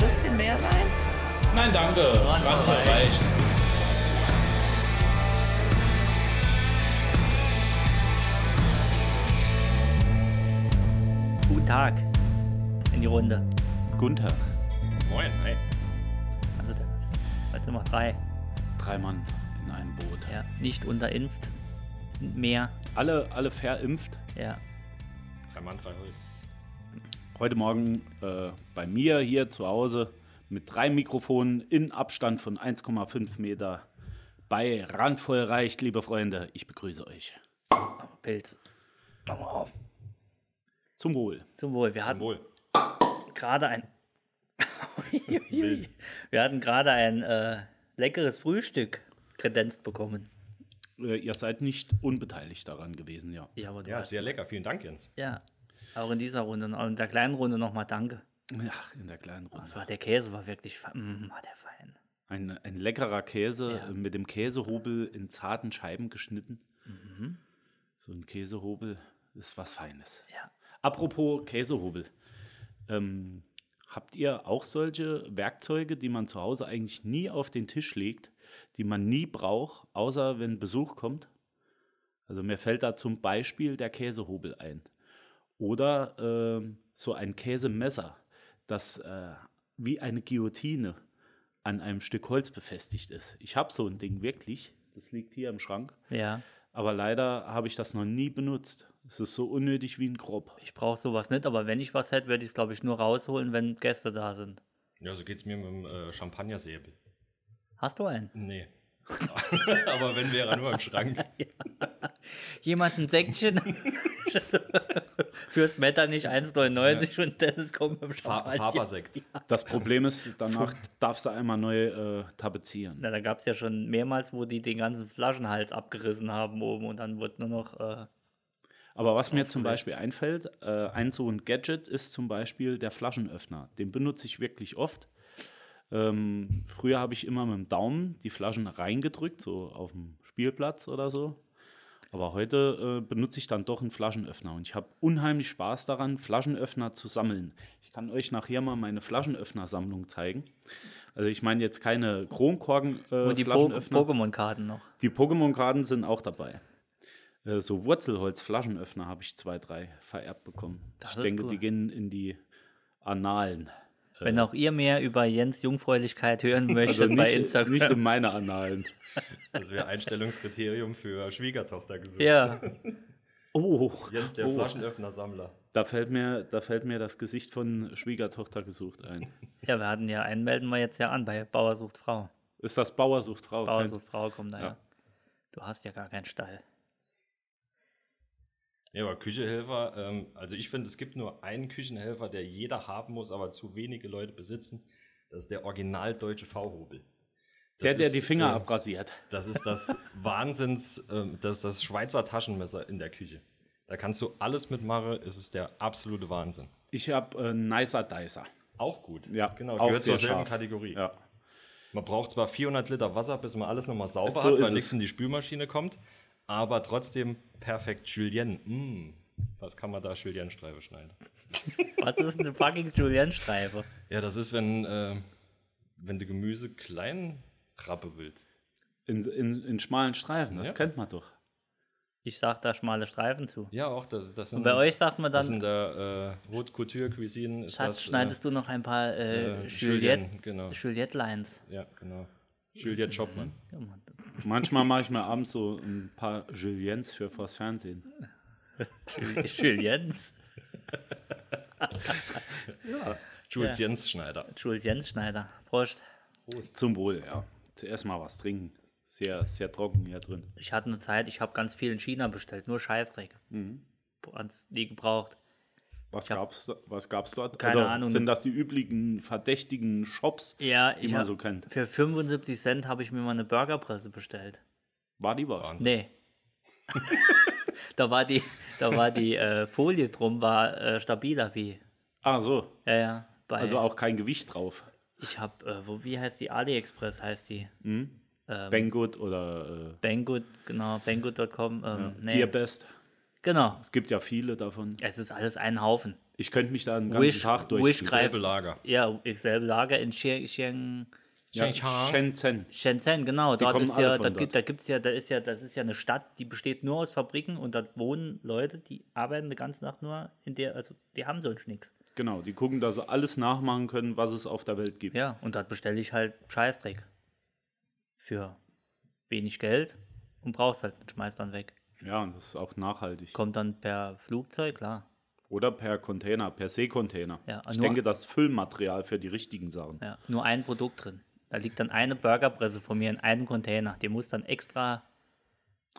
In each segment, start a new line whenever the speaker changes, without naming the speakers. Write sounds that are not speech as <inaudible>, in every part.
bisschen mehr sein?
Nein, danke. Brandfall reicht.
Guten Tag in die Runde.
Gunther,
Moin, hi.
Also Dennis. Als Nummer drei.
drei Mann in einem Boot.
Ja, nicht unterimpft. Mehr.
Alle, alle verimpft.
Ja.
Drei Mann, drei Hol.
Heute Morgen äh, bei mir hier zu Hause mit drei Mikrofonen in Abstand von 1,5 Meter bei Randvoll reicht, liebe Freunde. Ich begrüße euch.
Pilz.
Zum Wohl.
Zum Wohl. Wir
Zum
hatten
Wohl.
gerade ein. Wir hatten gerade ein äh, leckeres Frühstück kredenzt bekommen.
Äh, ihr seid nicht unbeteiligt daran gewesen, ja.
Ja, aber du
Ja,
weißt-
sehr lecker. Vielen Dank, Jens.
Ja. Auch in dieser Runde, und auch in der kleinen Runde nochmal danke.
Ach, in der kleinen Runde.
Das war der Käse, war wirklich fe- mm, war der fein.
Ein, ein leckerer Käse
Ja.
äh, mit dem Käsehobel in zarten Scheiben geschnitten.
Mhm.
So ein Käsehobel ist was Feines.
Ja.
Apropos Käsehobel. Ähm, habt ihr auch solche Werkzeuge, die man zu Hause eigentlich nie auf den Tisch legt, die man nie braucht, außer wenn Besuch kommt? Also mir fällt da zum Beispiel der Käsehobel ein. Oder ähm, so ein Käsemesser, das äh, wie eine Guillotine an einem Stück Holz befestigt ist. Ich habe so ein Ding wirklich. Das liegt hier im Schrank.
Ja.
Aber leider habe ich das noch nie benutzt. Es ist so unnötig wie ein Grob.
Ich brauche sowas nicht, aber wenn ich was hätte, würde ich es, glaube ich, nur rausholen, wenn Gäste da sind.
Ja, so geht's mir mit dem äh, Champagnersäbel.
Hast du einen?
Nee. <laughs> Aber wenn wäre er nur im
<laughs>
Schrank.
Jemand ein Säckchen? <laughs> Fürs Metter nicht 1,99 und Dennis kommt mit dem
Fa-
Champagner.
Fabersekt.
Das Problem ist, danach darfst du einmal neu äh, tapezieren.
Na, da gab es ja schon mehrmals, wo die den ganzen Flaschenhals abgerissen haben oben und dann wurde nur noch. Äh,
Aber was mir zum Beispiel einfällt, äh, ein so ein Gadget ist zum Beispiel der Flaschenöffner. Den benutze ich wirklich oft. Ähm, früher habe ich immer mit dem Daumen die Flaschen reingedrückt, so auf dem Spielplatz oder so. Aber heute äh, benutze ich dann doch einen Flaschenöffner und ich habe unheimlich Spaß daran, Flaschenöffner zu sammeln. Ich kann euch nachher mal meine Flaschenöffner-Sammlung zeigen. Also ich meine jetzt keine Kronkorken. Äh,
und die Po-
Flaschenöffner.
Pokémon-Karten noch.
Die Pokémon-Karten sind auch dabei. Äh, So Wurzelholz-Flaschenöffner habe ich zwei, drei vererbt bekommen.
Das
ich
ist
denke,
cool.
die gehen in die Analen.
Äh. Wenn auch ihr mehr über Jens Jungfräulichkeit hören möchtet
Also nicht,
bei Instagram.
nicht in meine
<laughs>
Analen.
Das wäre Einstellungskriterium für Schwiegertochter gesucht.
ja,
Oh,
Jens, der
oh.
Flaschenöffner-Sammler.
Da, fällt mir, da fällt mir das Gesicht von Schwiegertochter
<laughs>
gesucht ein.
ja, wir hatten ja einen, melden wir jetzt ja an bei Bauer sucht Frau.
Ist das Bauersucht Frau?
Bauer
Kein-
sucht Frau, komm daher.
Ja.
Du hast ja gar keinen Stall.
Ja, aber Küchenhelfer, ähm, also ich finde, es gibt nur einen Küchenhelfer, der jeder haben muss, aber zu wenige Leute besitzen. Das ist der original deutsche V-Hobel. Das
Der, der
ist,
die Finger
äh,
abrasiert.
Das ist
<laughs>
das Wahnsinns, ähm, das ist das Schweizer Taschenmesser in der Küche. Da kannst du alles mitmachen, es ist der absolute Wahnsinn.
Ich habe äh, Nicer Dicer.
Auch gut.
Ja,
genau.
auch
Gehört zur
sehr
selben
scharf.
Kategorie.
Ja.
Man braucht zwar 400 Liter Wasser, bis man alles nochmal sauber
So
hat,
ist
weil
es.
nichts in die Spülmaschine kommt, aber trotzdem perfekt Julienne. Mm, was kann man da Julienne-Streife schneiden?
Was ist eine fucking Julienne-Streife?
Ja, das ist, wenn, äh, wenn du Gemüse klein rappe willst.
In, in, in schmalen Streifen, das
Ja.
kennt man doch.
Ich sag da schmale Streifen zu.
Ja, auch. Das, das sind,
Und bei euch sagt man
das
dann,
in der äh, Haute Couture Cuisine. Ist
Schatz,
das,
schneidest du noch ein paar äh,
äh,
Juliette,
Julienne, genau.
Juliette Lines.
Ja, genau. Juliette Schoppmann.
Manchmal mache ich mir abends so ein paar Juliens für vors Fernsehen.
Julienne?
<laughs> Jules Jens Schneider.
Julienne Schneider. Prost.
Zum Wohl, ja. Zuerst mal was trinken. Sehr, sehr trocken hier drin.
Ich hatte eine Zeit, ich habe ganz viel in China bestellt, nur Scheißdreck.
Mhm.
Hat's nie gebraucht.
Was
Ja.
gab's, da- was gab's dort? Also,
Keine Ahnung.
Sind das die üblichen verdächtigen Shops,
Ja,
die
ich
man
hab,
so kennt?
für 75 Cent habe ich mir mal eine Burgerpresse bestellt.
War die was?
Wahnsinn.
<laughs>
Nee. da war die, da war die äh, Folie drum, war äh, stabiler wie.
Ah, so.
Ja, Ah, ja. Bei,
Also auch kein Gewicht drauf.
Ich habe, äh, wo, wie heißt die? AliExpress heißt die.
Banggood oder
Banggood, genau, banggood.com. Ähm,
äh,
nee,
Dearbest.
Genau.
Es gibt ja viele davon.
Es ist alles ein Haufen.
Ich könnte mich da einen ganzen
Wish-
Tag
Wish
durchgreifen.
greift-
Selbe Lager.
Ja, selbe Lager in Xi- Xiang,
Ja,
Shenzhen.
Shenzhen.
Shenzhen, genau. Dort
kommen
ist
alle
ja,
von
da,
dort.
gibt- da gibt's ja, da ist ja, das ist ja eine Stadt, die besteht nur aus Fabriken und dort wohnen Leute, die arbeiten eine ganze Nacht nur in der, also die haben sonst nichts.
Genau, die gucken, dass sie alles nachmachen können, was es auf der Welt gibt.
Ja, und dort bestelle ich halt Scheißdreck. Für wenig Geld und brauchst halt und schmeißt dann weg.
Ja, und das ist auch nachhaltig.
Kommt dann per Flugzeug, klar.
Oder per Container, per Seekontainer.
Ja,
ich
nur-
denke, das ist Füllmaterial für die richtigen Sachen.
Ja, nur ein Produkt drin. Da liegt dann eine Burgerpresse von mir in einem Container. Die muss dann extra.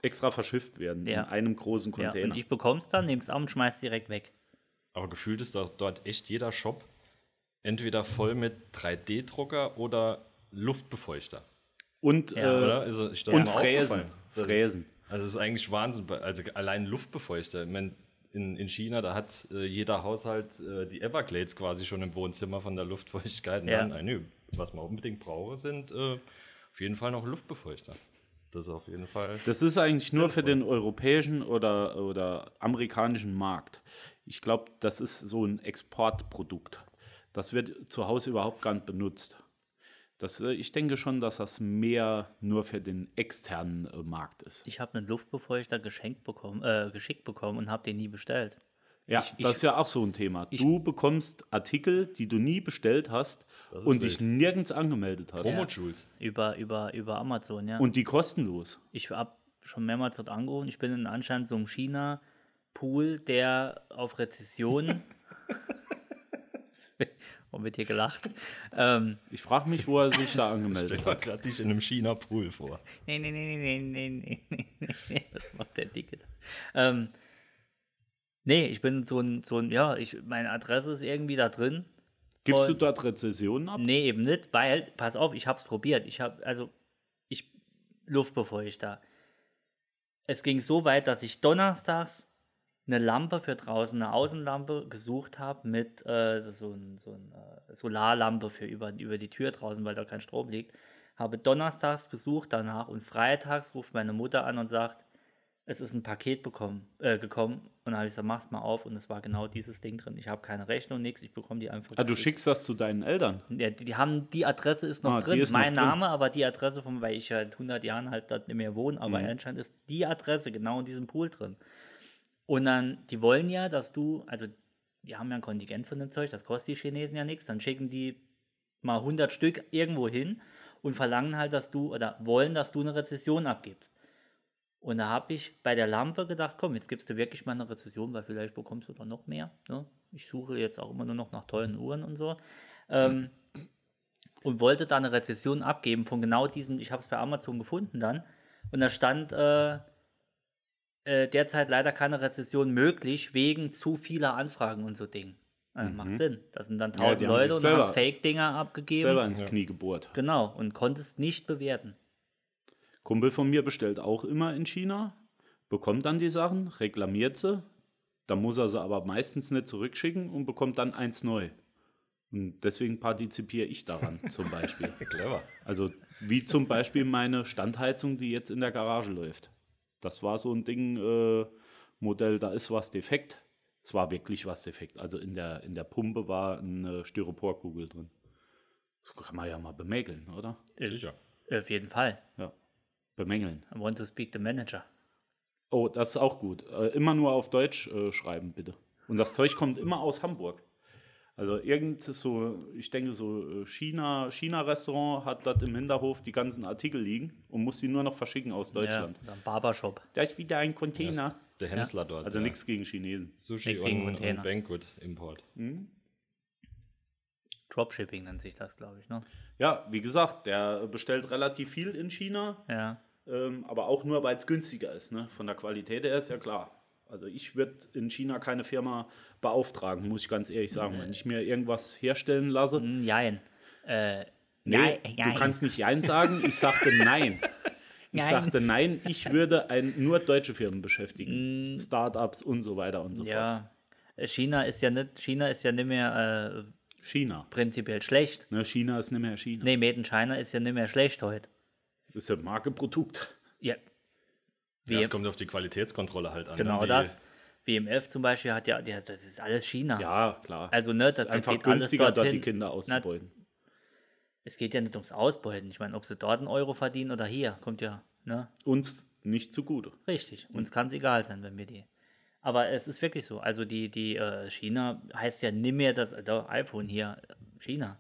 Extra verschifft werden
Ja.
in einem großen
Ja, und
Container.
ich bekomme es dann, nehme es auf und schmeiß direkt weg.
Aber gefühlt ist doch dort echt jeder Shop entweder voll mit 3D-Drucker oder Luftbefeuchter.
und
Ja,
äh,
Oder? Also, ist das
und
mal aufgefallen?
Fräsen. Fräsen.
Also es ist eigentlich Wahnsinn, bei- also allein Luftbefeuchter. Ich mein, in, in China, da hat äh, jeder Haushalt äh, die Everglades quasi schon im Wohnzimmer von der Luftfeuchtigkeit. Und
Ja.
dann, nein, nö, was man unbedingt brauche, sind äh, auf jeden Fall noch Luftbefeuchter. Das ist auf jeden Fall.
Das ist eigentlich nur für den europäischen oder, oder amerikanischen Markt. Ich glaube, das ist so ein Exportprodukt. Das wird zu Hause überhaupt gar nicht benutzt. Das, äh, ich denke schon, dass das mehr nur für den externen äh, Markt ist.
Ich habe einen Luftbefeuchter geschenkt bekommen, äh, geschickt bekommen und habe den nie bestellt.
Ja,
ich-
das ist ja auch so ein Thema. du bekommst Artikel, die du nie bestellt hast
ist
und dich
wild.
nirgends angemeldet hast.
Homo-Jules.
Über, über, über Amazon, ja.
Und die kostenlos.
ich habe schon mehrmals dort angerufen. Ich bin in anscheinend so einem China-Pool, der auf
<laughs>
Rezession. und wird hier gelacht. Ähm,
Ich frage mich, wo er sich
<laughs>
da
Stell
angemeldet
dir
hat.
gerade dich in einem China-Pool vor.
nee, nee, nee, nee, nee, nee, nee, nee, nee. Das macht der Dicke. da. Ähm, nee, ich bin so ein, so ein, ja, ich, meine Adresse ist irgendwie da drin.
Gibst du
Und-
dort Rezessionen ab?
Nee, eben nicht, weil, pass auf, ich hab's probiert. Ich hab, also, ich, Luftbefeuchter. Es ging so weit, dass ich donnerstags eine Lampe für draußen, eine Außenlampe gesucht habe mit äh, so einer so ein, äh, Solarlampe für über, über die Tür draußen, weil da kein Strom liegt. Habe donnerstags gesucht danach und freitags ruft meine Mutter an und sagt, es ist ein Paket bekommen, äh, gekommen und dann habe ich gesagt, mach's mal auf und es war genau dieses Ding drin. Ich habe keine Rechnung, nichts, ich bekomme die einfach.
Ah, du
geschickt.
schickst das zu deinen Eltern.
Ja, die, die haben, die Adresse ist noch
Ah, die
drin.
ist noch
mein
drin.
Name, aber die Adresse von, weil ich seit 100 Jahren halt dort nicht mehr wohne, aber
Mhm.
anscheinend ist die Adresse genau in diesem Pool drin. Und dann, die wollen ja, dass du, also die haben ja ein Kontingent von dem Zeug, das kostet die Chinesen ja nichts, dann schicken die mal 100 Stück irgendwo hin und verlangen halt, dass du, oder wollen, dass du eine Rezession abgibst. Und da habe ich bei der Lampe gedacht, komm, jetzt gibst du wirklich mal eine Rezession, weil vielleicht bekommst du dann noch mehr. Ne? Ich suche jetzt auch immer nur noch nach tollen Uhren und so. Ähm, und wollte da eine Rezession abgeben von genau diesem, ich habe es bei Amazon gefunden dann. Und da stand äh, äh, derzeit leider keine Rezession möglich, wegen zu vieler Anfragen und so Dingen. Äh, Macht Sinn. Das sind dann
Mhm. Ja,
tausend
die haben sich
Leute und haben
selber-
Fake-Dinger abgegeben.
Selber ins Knie gebohrt.
Genau, und konntest nicht bewerten.
Kumpel von mir bestellt auch immer in China, bekommt dann die Sachen, reklamiert sie, dann muss er sie aber meistens nicht zurückschicken und bekommt dann eins neu. Und deswegen partizipiere ich daran zum
<laughs>
Beispiel.
Clever.
Also wie zum Beispiel meine Standheizung, die jetzt in der Garage läuft. Das war so ein Ding, äh, Modell, da ist was defekt. Es war wirklich was defekt. Also in der, in der Pumpe war eine Styroporkugel drin. Das kann man ja mal bemängeln, oder?
Sicher.
Auf jeden Fall.
Ja. Bemängeln.
I want to speak the manager.
Oh, das ist auch gut. Äh, immer nur auf Deutsch äh, schreiben, bitte. Und das Zeug kommt immer aus Hamburg. Also irgend so, ich denke so äh, China, China-Restaurant hat dort im Hinterhof die ganzen Artikel liegen und muss die nur noch verschicken aus Deutschland.
Ja, oder ein Barbershop.
Da ist wieder ein Container.
Der Hensler dort.
Also
ja.
nichts gegen Chinesen.
Sushi
Nix
und,
gegen
und
Container.
Banquet-Import.
Dropshipping nennt sich das, glaube ich, ne?
Ja, wie gesagt, der bestellt relativ viel in China,
Ja.
ähm, aber auch nur, weil es günstiger ist. Ne? Von der Qualität her ist ja klar. Also ich würde in China keine Firma beauftragen, muss ich ganz ehrlich sagen. Wenn ich mir irgendwas herstellen lasse,
Hm, Jein. Äh,
Nee,
jein,
du kannst nicht Jein sagen. Ich
<laughs>
sagte Nein. Ich
Nein.
sagte Nein, ich würde ein, nur deutsche Firmen beschäftigen. Startups und so weiter und so fort.
Mhm. Ja. China ist ja nicht, China ist ja nicht mehr äh,
China.
prinzipiell schlecht.
Ne, China ist nicht mehr China.
Nee, Made in China ist ja nicht mehr schlecht heute.
Das ist ja Markeprodukt.
Ja.
Ja,
Wir-
es kommt auf die Qualitätskontrolle halt an.
Genau
ne?
das. BMF zum Beispiel hat ja, der, das ist alles China.
Ja, klar.
Also, ne,
Es
das-
ist
das
einfach
geht alles
günstiger, dort die
dorthin.
Kinder auszubeuten.
Es geht ja nicht ums Ausbeuten. Ich meine, ob sie dort einen Euro verdienen oder hier, kommt ja, ne?
Uns nicht zugute.
Richtig. Uns kann es egal sein, wenn wir die. Aber es ist wirklich so. Also die, die äh, China heißt ja nimmer das da, iPhone hier. China.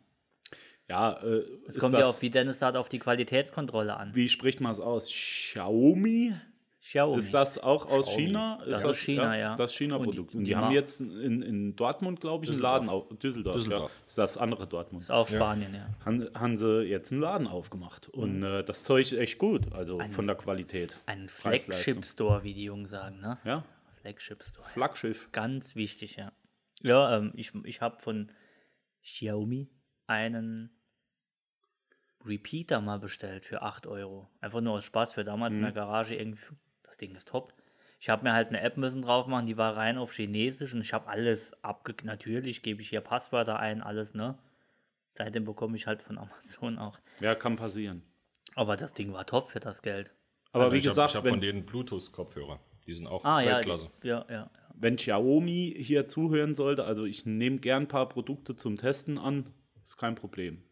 Ja, äh,
Es
ist
kommt
das,
ja auch, wie Dennis sagt, auf die Qualitätskontrolle an.
wie spricht man es aus? Xiaomi?
Xiaomi.
Ist das auch aus
Xiaomi.
China?
Das ist China, ja.
Das China-Produkt.
Und
Und die,
die
haben
Ma-
jetzt in, in Dortmund, glaube ich, einen
Düsseldorf.
Laden auf. Düsseldorf,
Düsseldorf.
Ja. Ist das andere Dortmund.
ist auch Spanien, ja.
Han, haben sie jetzt einen Laden aufgemacht. Und äh, das Zeug ist echt gut, also von der Qualität.
Mhm. Ein
Preis-Leistung.
Flagship-Store, wie die Jungen sagen, ne?
Ja,
Flagship-Store.
Flaggschiff.
Ganz wichtig, ja. Ja, ähm, ich, ich habe von Xiaomi einen Repeater mal bestellt für 8 Euro. Einfach nur aus Spaß für damals in der Garage irgendwie. pf, Das Ding ist top. Ich habe mir halt eine App müssen drauf machen, die war rein auf Chinesisch und ich habe alles abge... Natürlich gebe ich hier Passwörter ein, alles, ne? Seitdem bekomme ich halt von <laughs> Amazon auch.
Ja, kann passieren.
Aber das Ding war top für das Geld.
Aber
Also
wie
ich hab-
gesagt,
ich habe
wenn,
von denen Bluetooth-Kopfhörer. Die sind auch
Ah, ja.
Weltklasse.
Ja, ja.
wenn Xiaomi hier zuhören sollte, also ich nehme gern ein paar Produkte zum Testen an, ist kein Problem.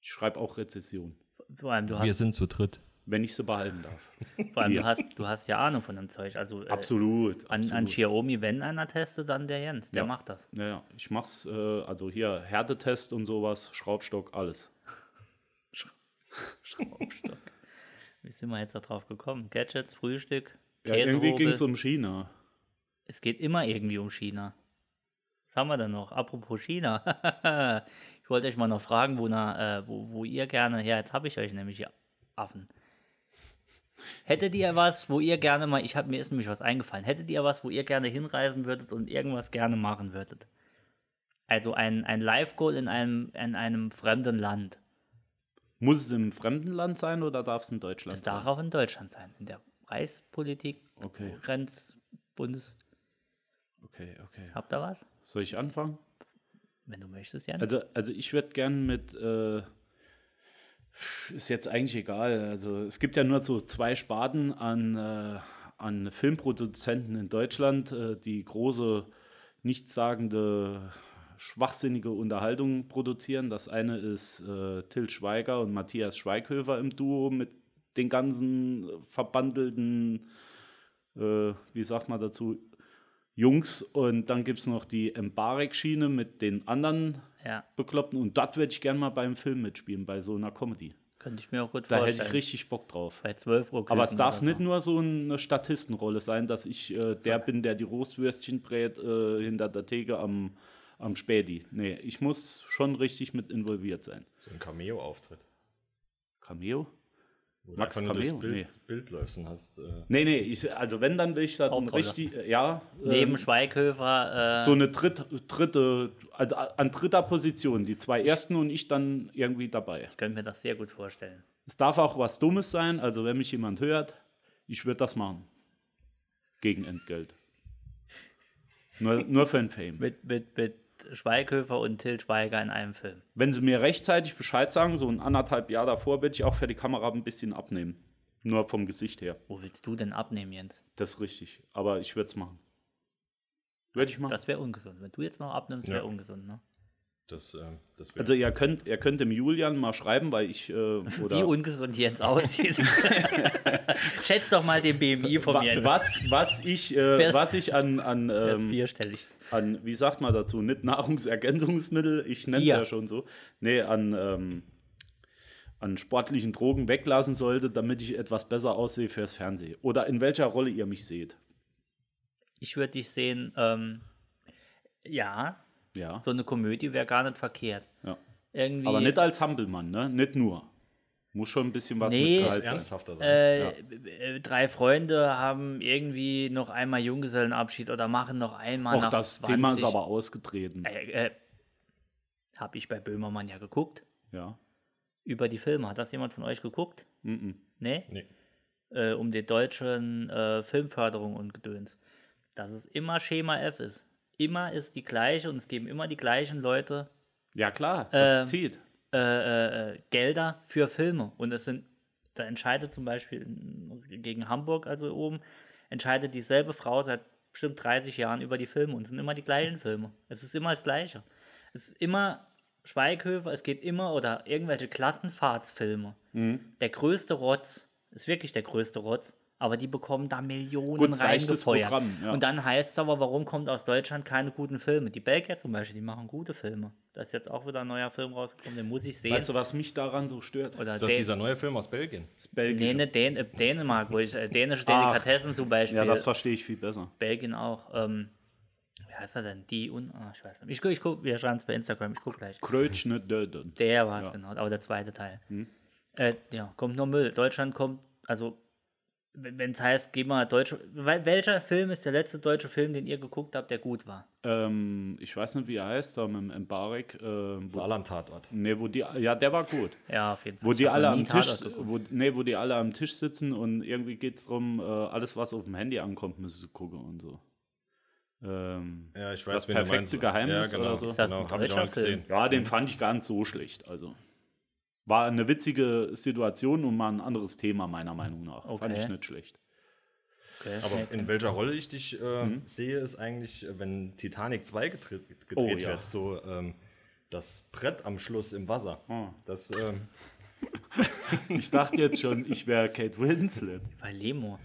Ich schreibe auch Rezession,
Vor allem, du hast,
sind zu dritt.
wenn ich sie
<laughs>
behalten darf.
vor allem, du
wir.
hast, du hast ja Ahnung von dem Zeug. Also, äh,
absolut.
An, an
absolut.
Xiaomi, wenn einer testet, dann der Jens, der
Ja.
macht das.
Naja, ich mach's, äh, also hier Härtetest und sowas, Schraubstock, alles.
Wie sind wir jetzt da drauf gekommen? Gadgets, Frühstück,
Ja, irgendwie ging es
Käsehobel.
um China.
Es geht immer irgendwie um China. Was haben wir denn noch? Apropos China. <laughs> ich wollte euch mal noch fragen, wo, na, äh, wo, wo ihr gerne, ja, jetzt habe ich euch nämlich ihr Affen. Hättet ihr was, wo ihr gerne mal, ich habe mir ist nämlich was eingefallen, hättet ihr was, wo ihr gerne hinreisen würdet und irgendwas gerne machen würdet? Also ein, ein Live-Goal in einem, in einem fremden Land.
Muss es im fremden Land sein oder darf es in Deutschland
Es darf auch in Deutschland sein, in der Reichspolitik,
Okay.
Grenzbundes.
Okay, okay.
Habt ihr was?
Soll ich anfangen?
Wenn du möchtest, Jan.
Also, also ich würde gern mit, äh, ist jetzt eigentlich egal, also es gibt ja nur so zwei Sparten an, äh, an Filmproduzenten in Deutschland, äh, die große, nichtssagende, schwachsinnige Unterhaltung produzieren. Das eine ist äh, Till Schweiger und Matthias Schweighöfer im Duo mit den ganzen verbandelten, äh, wie sagt man dazu, Jungs. Und dann gibt es noch die Embarek-Schiene mit den anderen
ja,
Bekloppten. Und das würde ich gerne mal beim Film mitspielen, bei so einer Comedy.
könnte ich mir auch gut
Da
vorstellen.
hätte ich richtig Bock drauf.
Bei 12 Uhr.
Aber es
Küken
darf
oder
nicht
so.
nur so eine Statistenrolle sein, dass ich äh, der bin, der die Rohstwürstchen brät äh, hinter der Theke am, am Späti. Nee, ich muss schon richtig mit involviert sein.
So ein Cameo-Auftritt.
Cameo?
Wo
Max
einfach nur durchs
Cameo?
Bild, Bild läufst und hast. Äh,
Nee, nee, ich, also wenn, dann will ich da
Hauptrolle.
richtig, äh, ja,
Neben
ähm,
Schweighöfer. Äh,
so eine dritt, dritte, also an dritter Position, die zwei ersten und ich dann irgendwie dabei.
ich könnte mir das sehr gut vorstellen.
Es darf auch was Dummes sein, also wenn mich jemand hört, ich würde das machen. Gegen Entgelt. Nur, nur für den Fame.
Mit, mit, mit Schweighöfer und Till Schweiger in einem Film.
Wenn sie mir rechtzeitig Bescheid sagen, so ein anderthalb Jahr davor, würde ich auch für die Kamera ein bisschen abnehmen. Nur vom Gesicht her.
Wo willst du denn abnehmen, Jens?
Das ist richtig. Aber ich würde es machen. Würde ich machen.
Das wäre ungesund. Wenn du jetzt noch abnimmst,
Ja.
wäre ungesund, ne?
das, ähm, das wär-
also ihr könnt, ihr könnt dem Julian mal schreiben, weil ich
<laughs>
äh,
Wie
oder
ungesund
<laughs>
Jens aussieht. <laughs> Schätz doch mal den BMI von
wa
mir.
was, was
<laughs>
ich, äh, was ich an, an
Der ist
ähm,
vierstellig.
an, wie sagt man dazu, nicht Nahrungsergänzungsmittel, ich nenne es
Bier.
ja schon so, nee, an, ähm, an sportlichen Drogen weglassen sollte, damit ich etwas besser aussehe fürs Fernsehen. Oder in welcher Rolle ihr mich seht.
Ich würde dich sehen, ähm, ja,
Ja.
so eine Komödie wäre gar nicht verkehrt.
ja.
Irgendwie,
Aber nicht als Hampelmann, ne? Nicht nur. Muss schon ein bisschen was
Nee,
mit
das
Gehalt sein.
ernsthafter sein.
äh,
ja.
äh, drei Freunde haben irgendwie noch einmal Junggesellenabschied oder machen noch einmal
Auch
nach
das
20.
Thema ist aber ausgetreten.
Äh, äh, Habe ich bei Böhmermann ja geguckt.
Ja.
Über die Filme. Hat das jemand von euch geguckt?
Mm
Nee?
Nee.
Äh, um die deutschen äh, Filmförderung und Gedöns. Dass es immer Schema F ist. Immer ist die gleiche und es geben immer die gleichen Leute
Ja, klar, das
Ähm,
zieht.
äh, äh, äh, Gelder für Filme. Und es sind, da entscheidet zum Beispiel in- gegen Hamburg, also oben, entscheidet dieselbe Frau seit bestimmt 30 Jahren über die Filme und es sind immer die gleichen Filme. Es ist immer das Gleiche. Es ist immer Schweighöfer, es geht immer oder irgendwelche Klassenfahrtsfilme.
Mhm.
Der größte Rotz ist wirklich der größte Rotz, aber die bekommen da Millionen
Gut, seichtes
reingefeuert.
Programm, ja.
Und dann heißt es aber, warum kommt aus Deutschland keine guten Filme? Die Belgier zum Beispiel, die machen gute Filme. Da ist jetzt auch wieder ein neuer Film rausgekommen, den muss ich sehen.
Weißt du, was mich daran so stört?
oder
Ist das
Dän-
dieser neue Film aus Belgien?
Das Belgische.
Nee, ne, Dän äh, Dänemark, wo ich, äh, dänische Delikatessen zum Beispiel.
ja, das verstehe ich viel besser.
Belgien auch. Ähm, wie heißt er denn? Die und. ah, ich weiß nicht. Ich, gu- ich guck, wir schreiben es bei Instagram, ich gucke gleich.
Krötschne Döden.
Der war es
Ja. Hm.
genau, aber der zweite Teil. Äh, ja, kommt nur Müll. Deutschland kommt, also wenn es heißt, geh mal deutsche. Wel- Welcher Film ist der letzte deutsche Film, den ihr geguckt habt, der gut war?
Ähm, ich weiß nicht, wie er heißt, da mit dem Mbarek. Ähm, wo,
Saarland-Tatort.
nee, wo die, ja, der war gut.
Ja, auf jeden Fall.
Wo
Ich
die
hab
alle
noch nie
am Tisch,
Tatort geguckt.
wo, nee, wo die alle am Tisch sitzen und irgendwie geht es darum, äh, alles, was auf dem Handy ankommt, müssen sie gucken und so. Ähm,
Ja, ich
das
weiß, wen du meinst.
perfekte Geheimnis
Ja, genau.
oder so.
Ist das
Genau,
ein
hab ich auch
deutscher
nicht gesehen.
Film?
Ja, den fand ich gar nicht so schlecht. Also war eine witzige Situation und mal ein anderes Thema meiner Meinung nach. Fand
Okay.
ich nicht schlecht.
Okay.
Aber in welcher Rolle ich dich äh,
Mhm.
sehe, ist eigentlich, äh, wenn Titanic 2 gedreht, gedreht
Oh, ja.
wird, so ähm, das Brett am Schluss im Wasser.
Ah.
Das, ähm,
Ich dachte jetzt schon, ich wäre Kate Winslet.
Bei Lemo.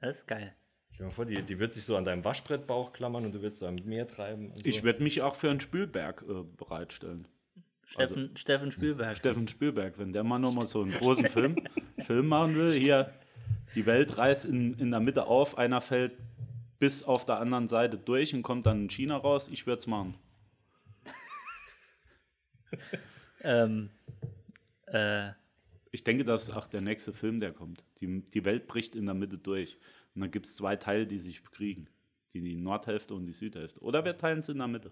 Das ist geil.
stell dir mal vor, die, die wird sich so an deinem Waschbrettbauch klammern und du wirst so am Meer treiben. Und so.
Ich werde mich auch für einen Spielberg äh, bereitstellen.
Steffen,
Also, hm,
Steffen Spielberg.
Steffen Spielberg, wenn der mal nochmal so einen großen Film, Film machen will, hier die Welt reißt in, in der Mitte auf, einer fällt bis auf der anderen Seite durch und kommt dann in China raus, ich würde es machen.
ähm, äh,
Ich denke, das ist auch der nächste Film, der kommt. Die, die Welt bricht in der Mitte durch. Und dann gibt es zwei Teile, die sich bekriegen. Die, die Nordhälfte und die Südhälfte. Oder wir teilen es in der Mitte.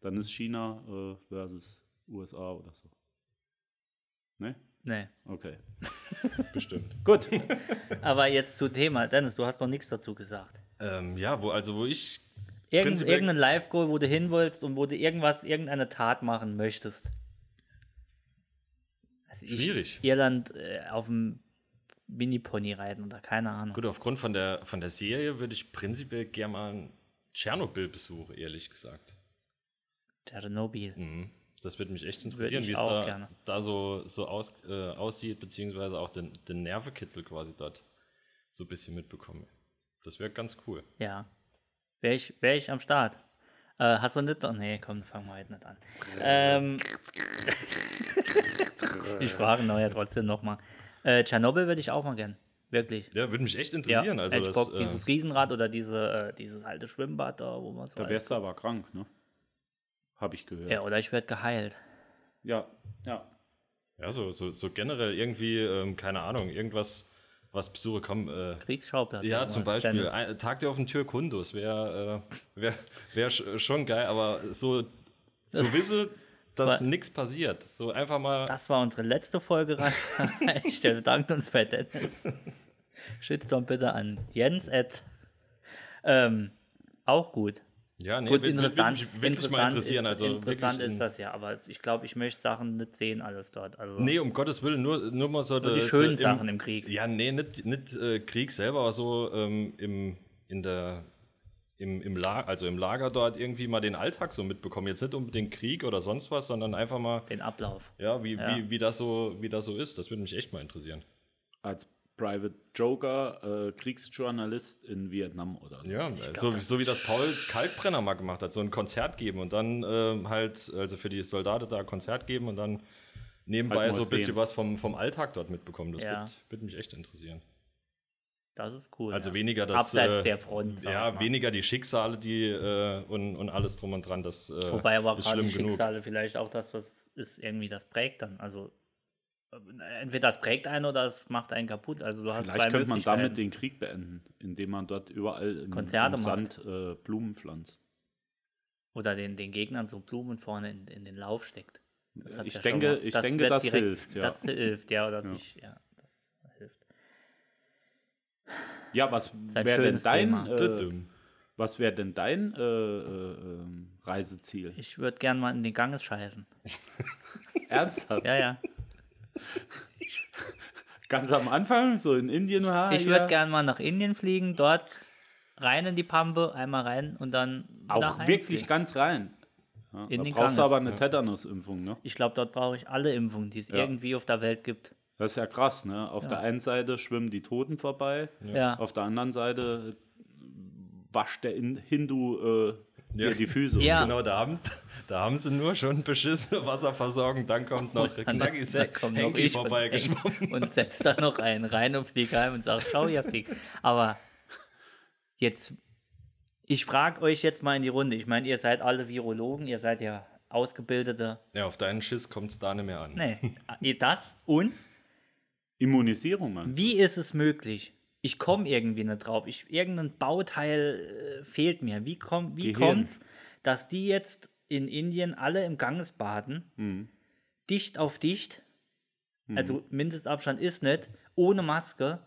Dann ist China äh, versus USA oder so. Ne?
nee.
Okay.
bestimmt.
Gut.
Aber jetzt zum Thema. Dennis, du hast noch nichts dazu gesagt.
Ähm, ja, wo, also wo ich
Irgend,
Prinzipiell-
irgendein Live-Goal, wo du hin wolltest und wo du irgendwas, irgendeine Tat machen möchtest. Also ich-
Schwierig.
Irland äh, auf dem Mini-Pony reiten oder keine Ahnung.
Gut, aufgrund von der, von der Serie würde ich prinzipiell gerne mal Tschernobyl besuchen, ehrlich gesagt.
Tschernobyl.
Mhm. Das würde mich echt interessieren,
ich
wie es
auch
da,
gerne.
da so, so aus, äh, aussieht, beziehungsweise auch den, den Nervekitzel quasi dort so ein bisschen mitbekommen. Das wäre ganz cool.
Ja. Wäre ich, wär ich am Start. Äh, hast du nicht? Oh, nee, komm, fangen wir heute nicht an. Ähm, <laughs> ich frage noch ja trotzdem nochmal. Äh, Tschernobyl würde ich auch mal gern. Wirklich.
Ja, würde mich echt interessieren. also
hätte ich
das,
Bock,
äh,
dieses Riesenrad oder diese, äh, dieses alte Schwimmbad da, wo man so
Da
alles-
wärst du aber krank, ne? Habe ich gehört.
Ja,
Ja,
oder ich werde geheilt.
ja. ja.
ja, so, so, so generell irgendwie, ähm, keine Ahnung, irgendwas, was Besuche kommen. Äh,
Kriegsschauplatz.
ja,
irgendwas.
zum Beispiel,
Dennis.
ein, Tag der auf den Türk Hundos wäre äh, wär, wär sch- schon geil, aber so
<laughs>
zu wissen, dass
Wa-
nichts passiert. So einfach mal
Das war unsere letzte Folge.
<laughs>
Ralf. ich bedanke uns bei Dennis. Shitstorm bitte an Jens. At, ähm, auch gut.
Ja, nee,
Gut,
würd- würd- würd
interessant.
mich wirklich
interessant
mal interessieren.
ist,
also
interessant
wirklich
ist das ja, aber ich glaube, ich möchte Sachen nicht sehen, alles dort. Also,
Nee, um Gottes Willen, nur, nur mal so
nur die
de-
schönen
de-
Sachen im Krieg.
Ja, nee, nicht, nicht äh, Krieg selber, aber so ähm, im, in der, im, im, La also im Lager dort irgendwie mal den Alltag so mitbekommen. Jetzt nicht unbedingt Krieg oder sonst was, sondern einfach mal,
Den Ablauf.
ja, wie,
Ja.
Wie, wie, das, so, wie das so ist. Das würde mich echt mal interessieren.
Als Private Joker, äh, Kriegsjournalist in Vietnam oder so.
Ja, so, so wie das Paul Kalkbrenner mal gemacht hat, so ein Konzert geben und dann ähm, halt, also für die Soldaten da ein Konzert geben und dann nebenbei
Halt mal
so ein bisschen
sehen.
was vom, vom Alltag dort mitbekommen. Das
Ja.
würde würd mich echt interessieren.
Das ist cool.
Also
ja.
weniger das.
Abseits
äh,
der Front. sag ich
Ja,
mal.
weniger die Schicksale, die äh, und, und alles drum und dran. Das äh,
Wobei aber
ist
gerade
schlimm
die
genug.
Schicksale vielleicht auch das, was ist irgendwie das prägt dann. Also äh, entweder das prägt einen oder es macht einen kaputt. Also du hast zwei
Vielleicht könnte man
Möglichkeiten.
damit den Krieg beenden, indem man dort überall im,
Konzerte
im
macht.
Sand äh, Blumen pflanzt.
oder den, den Gegnern so Blumen vorne in, in den Lauf steckt. Das hat
Ich
schon
denke-
mal-
ich denke,
wird
das hilft, ja.
Das hilft, ja, oder sich, ja, das hilft.
Ja, was
ein
wäre denn
schönes
dein,
Thema.
äh, was wär denn dein äh, äh, ähm, Reiseziel?
Ich würde gern mal in den Ganges scheißen.
<laughs> Ernsthaft?
Ja, ja.
Ganz am Anfang, so in Indien war
Ich würde gern mal nach Indien fliegen, dort rein in die Pampe, einmal rein und dann
Auch
wieder
wirklich
heimfliegen.
ganz rein. Ja,
In
da
den
brauchst
Ganges,
du aber eine Tetanus-Impfung, ne?
Ich glaube, dort brauche ich alle Impfungen, die es irgendwie auf der Welt
<laughs>
gibt.
Das ist ja krass, ne? Auf der einen Seite schwimmen die Toten vorbei,
Ja.
auf der anderen Seite äh, wascht der In- Hindu äh, dir die Füße.
Ja.
Genau, da haben, <laughs> da haben sie nur schon beschissene Wasserversorgung. Dann kommt noch der
<laughs> Dann,
Knacki
dann kommt noch
Henki
ich und,
vorbeigeschwommen.
<laughs> und setzt da noch einen rein und fliegt heim und sagt, schau, ihr Fick. Aber jetzt, ich frage euch jetzt mal in die Runde. Ich meine, ihr seid alle Virologen, ihr seid ja ausgebildete.
Ja, auf deinen Schiss kommt es da nicht mehr
<laughs>
an.
Nee, ihr das und
Immunisierung, Mann.
Wie ist es möglich? Ich komme irgendwie nicht drauf. Ich, irgendein Bauteil äh, fehlt mir. Wie, komm, wie
Gehirn.
kommt's, dass die jetzt in Indien alle im Ganges baden,
Mhm.
dicht auf dicht, also Mindestabstand ist nicht, ohne Maske,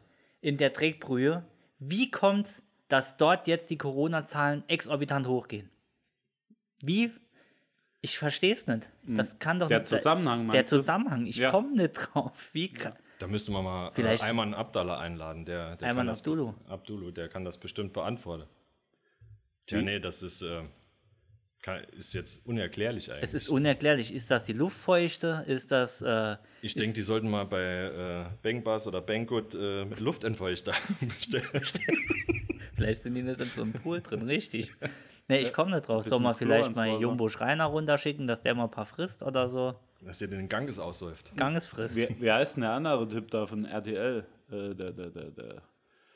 in der Trägbrühe. Wie kommt's, dass dort jetzt die Corona-Zahlen exorbitant hochgehen? Wie? Ich verstehe es nicht. Das kann doch
Mhm. Der
nicht
Zusammenhang,
Der
meinst du?
Zusammenhang. Ich
Ja.
komme nicht drauf. Wie kann,
Da müssten wir mal
Vielleicht-
äh, Ayman Abdallah einladen. Der, der
Ayman
kann das-
Abdullu.
Abdullu, der kann das bestimmt beantworten. Tja,
Wie?
nee, das ist, äh, kann, ist jetzt unerklärlich eigentlich.
Es ist unerklärlich. Ist das die Luftfeuchte? Ist das. Äh,
ich denke, die sollten mal bei äh, Bangbus oder Banggood äh, mit <laughs> Luftentfeuchter bestellen.
vielleicht sind die nicht in so einem Pool
<laughs>
drin, richtig. Nee, ich komme nicht drauf. Soll
Bisschen
man vielleicht
Chlor
mal
ins Wasser.
Jumbo Schreiner runterschicken, dass der mal ein paar frisst oder so?
Dass ihr den Ganges aussäuft.
Ganges frisst.
Wie, wie heißt denn der andere Typ da von RTL? Äh, der, der, der, der,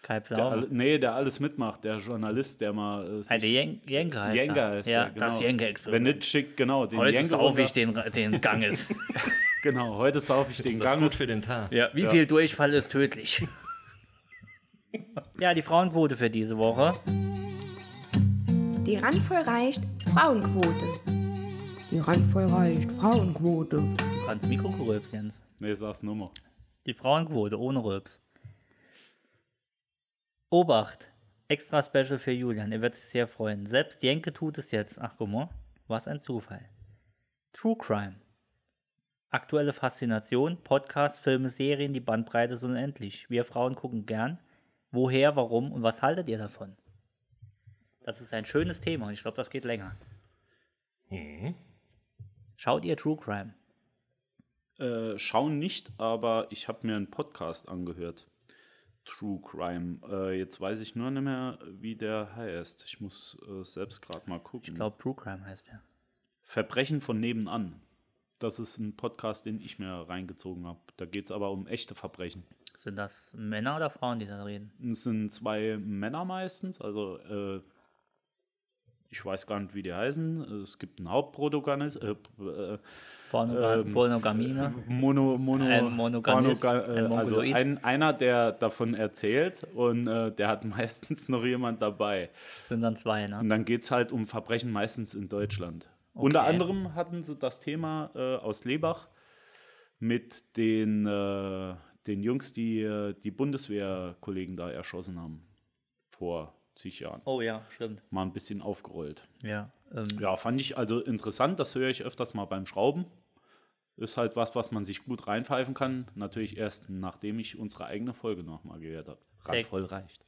Kai
der alle,
Pflaume.
nee, der alles mitmacht, der Journalist, der mal. Äh, sich-
Ah, der Jen Jenke heißt.
Jenga
er.
heißt
ja,
der, genau.
das jenke
Wenn
experiment
nicht schickt, genau, den
Heute
Jenga
saufe
runter.
ich den, den Ganges.
Genau, heute sauf ich den Gang.
für den Tag.
ja, wie
<laughs> Ja.
viel Durchfall ist tödlich?
<laughs>
ja, die Frauenquote für diese Woche.
Die randvoll reicht Frauenquote.
Die randvoll reicht Frauenquote.
Ganz Mikro gerülpst, Jens.
Nee, sag's Nummer.
Die Frauenquote ohne Rülps. Obacht. Extra Special für Julian. Er wird sich sehr freuen. Selbst Jenke tut es jetzt. Ach, guck mal. Was ein Zufall. True Crime. Aktuelle Faszination. Podcasts, Filme, Serien. Die Bandbreite ist unendlich. Wir Frauen gucken gern. Woher, warum und was haltet ihr davon? Das ist ein schönes Thema und ich glaube, das geht länger. Schaut ihr True Crime?
Äh, schauen nicht, aber ich habe mir einen Podcast angehört. True Crime. Äh, jetzt weiß ich nur nicht mehr, wie der heißt. Ich muss äh, selbst gerade mal gucken.
Ich glaube, True Crime heißt er.
Verbrechen von nebenan. Das ist ein Podcast, den ich mir reingezogen habe. Da geht es aber um echte Verbrechen.
Sind das Männer oder Frauen, die da reden?
Es sind zwei Männer meistens, also äh, ich weiß gar nicht, wie die heißen. Es gibt einen Hauptprotagonist, äh, äh,
Pornoga
Ähm,
Pornogamie, ne?
Mono, Mono,
Ein Monogamist,
Monoga-
ein
äh, also
Mongoloid.
ein, einer, der davon erzählt und äh, der hat <laughs> meistens noch jemand dabei.
sind dann zwei,
Und
ne?
dann geht es halt um Verbrechen meistens in Deutschland. Unter anderem hatten sie das Thema äh, aus Lebach mit den, äh, den Jungs, die äh, die Bundeswehrkollegen da erschossen haben. Vor zig Jahren.
Oh ja, stimmt.
Mal ein bisschen aufgerollt.
Ja, ähm,
Ja, fand ich also interessant. Das höre ich öfters mal beim Schrauben. Ist halt was, was man sich gut reinpfeifen kann. Natürlich erst, nachdem ich unsere eigene Folge nochmal gehört habe.
Sehr-
voll reicht.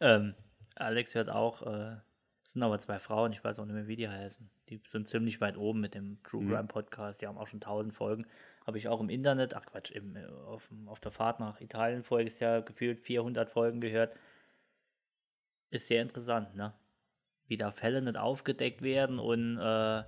ähm, Alex hört auch, äh, es sind aber zwei Frauen, ich weiß auch nicht mehr, wie die heißen. Die sind ziemlich weit oben mit dem True Crime Podcast, die haben auch schon tausend Folgen. Habe ich auch im Internet, ach Quatsch, im, äh, auf, dem- auf der Fahrt nach Italien voriges Jahr gefühlt 400 Folgen gehört. Ist sehr interessant, ne? Wie da Fälle nicht aufgedeckt werden und äh,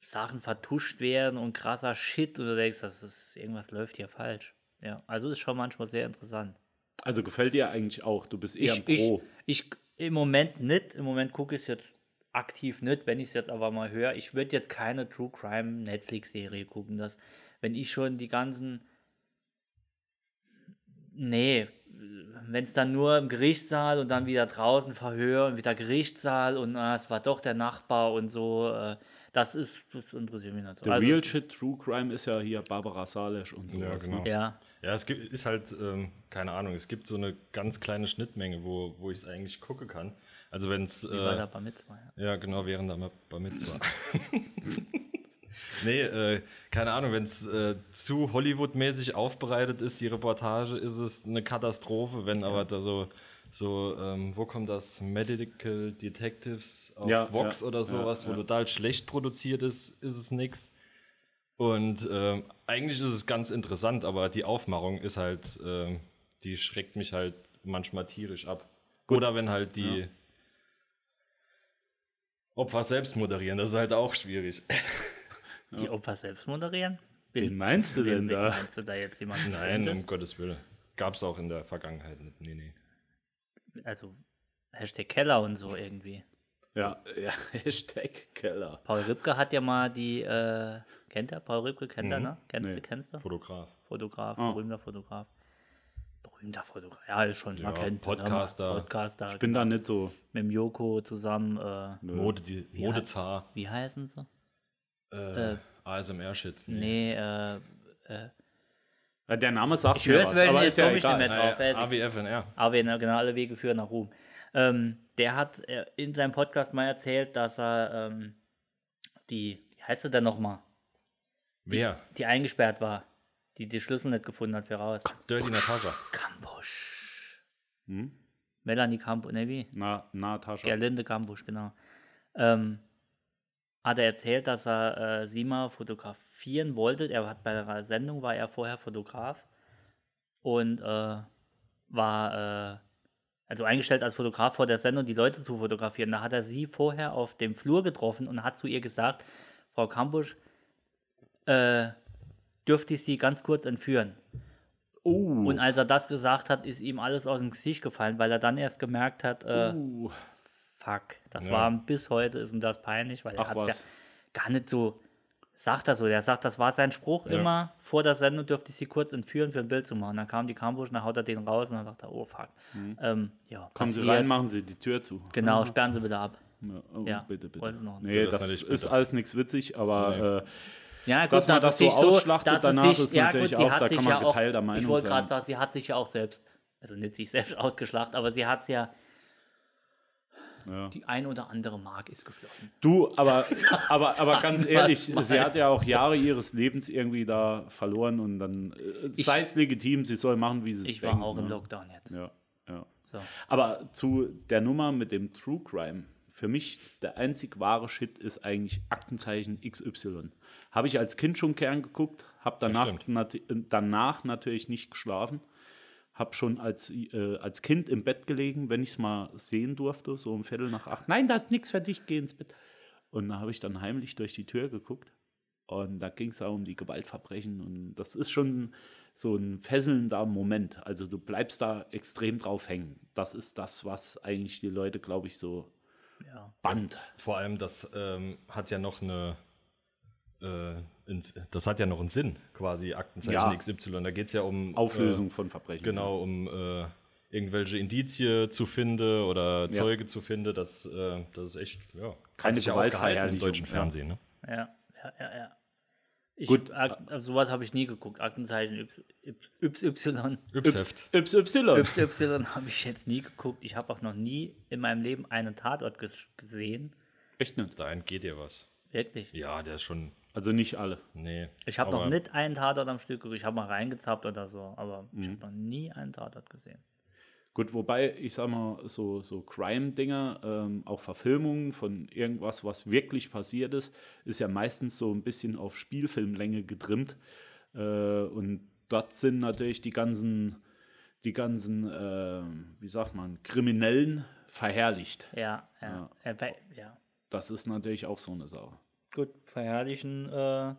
Sachen vertuscht werden und krasser Shit und du denkst, das ist, irgendwas läuft hier falsch. Ja, also ist schon manchmal sehr interessant.
Also gefällt dir eigentlich auch. Du bist eher ein
Ich, ich,
Pro.
ich im Moment nicht. Im Moment gucke ich es jetzt aktiv nicht, wenn ich es jetzt aber mal höre. Ich würde jetzt keine True Crime Netflix-Serie gucken. Das, wenn ich schon die ganzen. Nee, wenn es dann nur im Gerichtssaal und dann wieder draußen Verhör und wieder Gerichtssaal und ah, es war doch der Nachbar und so. Äh, das ist, das interessiert mich nicht so.
The
Also,
Real Shit True Crime ist ja hier Barbara Salisch und sowas.
Ja, genau.
ne?
Ja,
Ja, es gibt, ist halt, ähm, keine Ahnung, es gibt so eine ganz kleine Schnittmenge, wo, wo ich es eigentlich gucken kann. Also wenn es...
wie war
Äh,
da bei Mitzwa, ja.
ja, genau, während der Bar Mitzwa. <laughs> nee, äh, keine Ahnung, wenn es äh, zu Hollywood-mäßig aufbereitet ist, die Reportage, ist es eine Katastrophe, wenn aber da so so, ähm, wo kommt das? Medical Detectives auf
Ja,
Vox
ja,
oder sowas, wo total schlecht produziert ist, ist es nix. Und ähm, eigentlich ist es ganz interessant, aber die Aufmachung ist halt, ähm, die schreckt mich halt manchmal tierisch ab. Oder wenn halt die Opfer selbst moderieren, das ist halt auch schwierig. <laughs>
Die Opfer selbst moderieren?
Wen meinst du denn
wen
da?
Meinst du da jetzt jemanden
Nein, um
Bestimmtes?
Gottes Willen. Gab es auch in der Vergangenheit nicht. Nee, nee.
Also Hashtag Keller und so irgendwie.
Ja, <laughs> ja, Hashtag Keller.
Paul Rübke hat ja mal die, äh, kennt er? Paul Rübke kennt er, ne? Kennst
Mhm. Nee.
du, kennst du?
Fotograf.
Fotograf,
Ah.
berühmter Fotograf. Berühmter Fotograf, ja, ist schon, man
Ja,
kennt.
Podcaster.
Ne? Podcaster.
Ich bin da nicht so.
mit dem Joko zusammen, äh,
Mode, die,
hat-
Modezar.
wie heißen sie?
Äh,
Äh,
ASMR-Shit.
Nee, äh,
Ja, Der Name sagt
ich
mir
höre es,
was,
wenn
aber
jetzt
ist ja
komme ich nicht
egal.
mehr drauf.
Äh,
Äh,
AWFNR.
Aber ne, genau, alle Wege führen nach Ruhm. Ähm, der hat äh, in seinem Podcast mal erzählt, dass er ähm, die, wie heißt sie denn nochmal?
Wer?
Die eingesperrt war, die die Schlüssel nicht gefunden hat, wer raus?
Dirty Natascha.
Kambusch. Melanie Kambusch, ne wie?
Na, Natascha.
Gerlinde Kambusch, genau. Ähm, hat er erzählt, dass er äh, sie mal fotografieren wollte. Er hat bei der Sendung war er vorher Fotograf und äh, war äh, also eingestellt als Fotograf vor der Sendung, die Leute zu fotografieren. Da hat er sie vorher auf dem Flur getroffen und hat zu ihr gesagt, Frau Kambusch, äh, dürfte ich Sie ganz kurz entführen.
Oh, Hm.
Und als er das gesagt hat, ist ihm alles aus dem Gesicht gefallen, weil er dann erst gemerkt hat, äh,
Uh.
fuck, das
Ja.
war bis heute ist ihm das peinlich, weil
Ach
er hat ja
was.
gar nicht so, sagt er so, der sagt, das war sein Spruch immer, vor der Sendung dürfte ich Sie kurz entführen, für ein Bild zu machen. Dann kam die Kambusch, dann haut er den raus und dann sagt er, oh fuck. Ähm, ja,
Hm. Kommen Sie
passiert.
rein, machen Sie die Tür zu.
Genau, sperren Sie bitte ab.
Ja, oh,
Ja,
bitte, bitte.
wollt's noch.
Nee,
Ja, das
das,
fand ich
ist
bitter.
alles nichts witzig, aber äh,
Ja, gut,
Dass man
dass
das
es
so
sich
ausschlachtet
dass es
danach
sich-
ist natürlich
sie
auch-
hat
da
sich
kann man
ja auch-
geteilter Meinung
Ich wollte gerade
sein.
sagen, sie hat sich ja auch selbst, also nicht sich selbst <laughs> ausgeschlachtet, aber sie hat es ja,
Ja.
die ein oder andere Mark ist geflossen.
du, aber, <laughs> aber, aber
<laughs>
ganz
Was
ehrlich,
meinst
sie hat ja auch Jahre ihres Lebens irgendwie da verloren und dann äh, sei es legitim, sie soll machen, wie sie es
Ich
denkt,
war auch im
ne?
Lockdown jetzt.
Ja, ja.
So.
Aber zu der Nummer mit dem True Crime. Für mich der einzig wahre Shit ist eigentlich Aktenzeichen XY. Habe ich als Kind schon gern geguckt, habe danach,
stimmt.
nat danach natürlich nicht geschlafen, habe schon als, äh, als Kind im Bett gelegen, wenn ich es mal sehen durfte, so um Viertel nach acht. Nein, da ist nichts für dich, geh ins Bett. Und da habe ich dann heimlich durch die Tür geguckt und da ging es auch um die Gewaltverbrechen und das ist schon so ein fesselnder Moment. Also du bleibst da extrem drauf hängen. Das ist das, was eigentlich die Leute, glaube ich, so band.
Vor allem, das ähm, hat ja noch eine. Äh, ins, das hat ja noch einen Sinn, quasi Aktenzeichen
Ja.
XY. Da geht es ja um.
Auflösung
Äh,
von Verbrechen.
genau, um äh, irgendwelche Indizie zu finden oder Zeuge zu finden. Das, äh, das ist echt. Ja,
Keine
sich ja auch gehalten im
Gewaltverherrlichung,
deutschen
ja.
Fernsehen. Ne?
Ja, ja, ja, ja. Ich,
Gut.
Gut. Ak also sowas habe ich nie geguckt. Aktenzeichen Y- Y- Y.
Yps-Heft.
XY.
Y <laughs> habe ich jetzt nie geguckt. Ich habe auch noch nie in meinem Leben einen Tatort ges gesehen.
Echt nicht.
Da entgeht dir was.
Wirklich.
Ja, der ist schon.
Also nicht alle.
Nee.
Ich habe noch
aber-
nicht einen Tatort am Stück geguckt. Ich habe mal reingezappt oder so, aber ich habe noch nie einen Tatort gesehen.
Gut, wobei, ich sag mal, so, so Crime-Dinger, ähm, auch Verfilmungen von irgendwas, was wirklich passiert ist, ist ja meistens so ein bisschen auf Spielfilmlänge getrimmt. Äh, und dort sind natürlich die ganzen, die ganzen, ähm, wie sagt man, Kriminellen verherrlicht.
Ja, ja. Ja. Äh, weil- ja.
Das ist natürlich auch so eine Sache.
Gut, verherrlichen, äh,